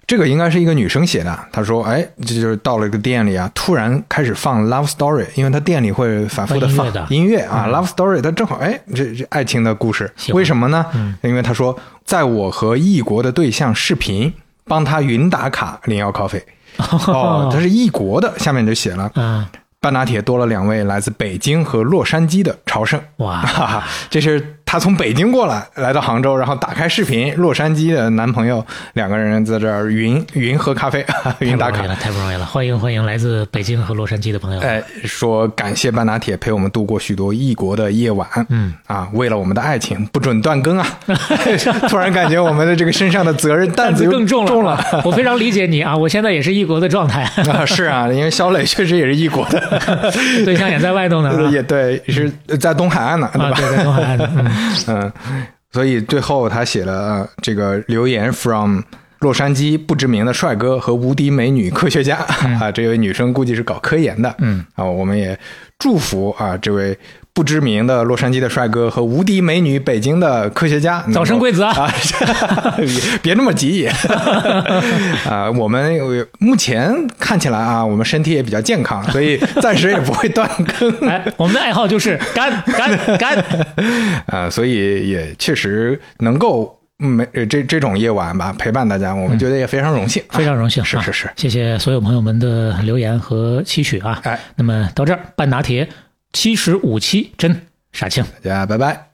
C: 这个应该是一个女生写的。她说：“哎，这就是到了一个店里啊，突然开始放《Love Story》，因为她店里会反复的
B: 放音乐
C: 放
B: 的嗯
C: 音乐啊，Love Story》它正好哎，这这爱情的故事，
B: 喜欢嗯
C: 为什么呢？因为她说，在我和异国的对象视频，帮他云打卡零幺 coffee。哦，他是异国的，下面就写了。”
B: 啊，
C: 半拿铁多了两位来自北京和洛杉矶的朝圣，
B: 哇
C: 哈哈，这是她从北京过来，来到杭州，然后打开视频，洛杉矶的男朋友两个人在这儿云云喝咖啡， 哈哈
B: 太
C: 云
B: 不
C: 打
B: 容易
C: 卡
B: 了，。太不容易了！欢迎欢迎，来自北京和洛杉矶的朋友。
C: 哎，说感谢半拿铁陪我们度过许多异国的夜晚，嗯啊，为了我们的爱情不准 断更啊！突然感觉我们的这个身上的责任担
B: 担
C: 子
B: 子
C: 又
B: 更重了，
C: 重了
B: 我非常理解你啊！我现在也是异国的状态，
C: 啊！是啊，因为肖磊确实也是异国的，
B: 对象也在外头呢。 啊
C: 也对，是在东海岸呢，对吧？
B: 啊，对，在东海岸。嗯，
C: 嗯，所以最后他写了、呃这个留言 from 洛杉矶不知名的帅哥和无敌美女科学家、
B: 嗯
C: 啊，这位女生估计是搞科研的，嗯啊，我们也祝福啊这位。不知名的洛杉矶的帅哥和无敌美女北京的科学家，
B: 早生贵子啊
C: 啊！别别那么急啊！我们呃目前看起来啊，我们身体也比较健康，所以暂时也不会断更。
B: 哎，我们的爱好就是干干干。
C: 啊，所以也确实能够没呃这这种夜晚吧陪伴大家，我们觉得也非常荣幸，
B: 嗯非常荣幸，
C: 是
B: 啊
C: 是是
B: 谢谢所有朋友们的留言和期许啊！
C: 哎，
B: 那么到这儿，半拿铁七十五期真杀青。
C: 大家拜拜。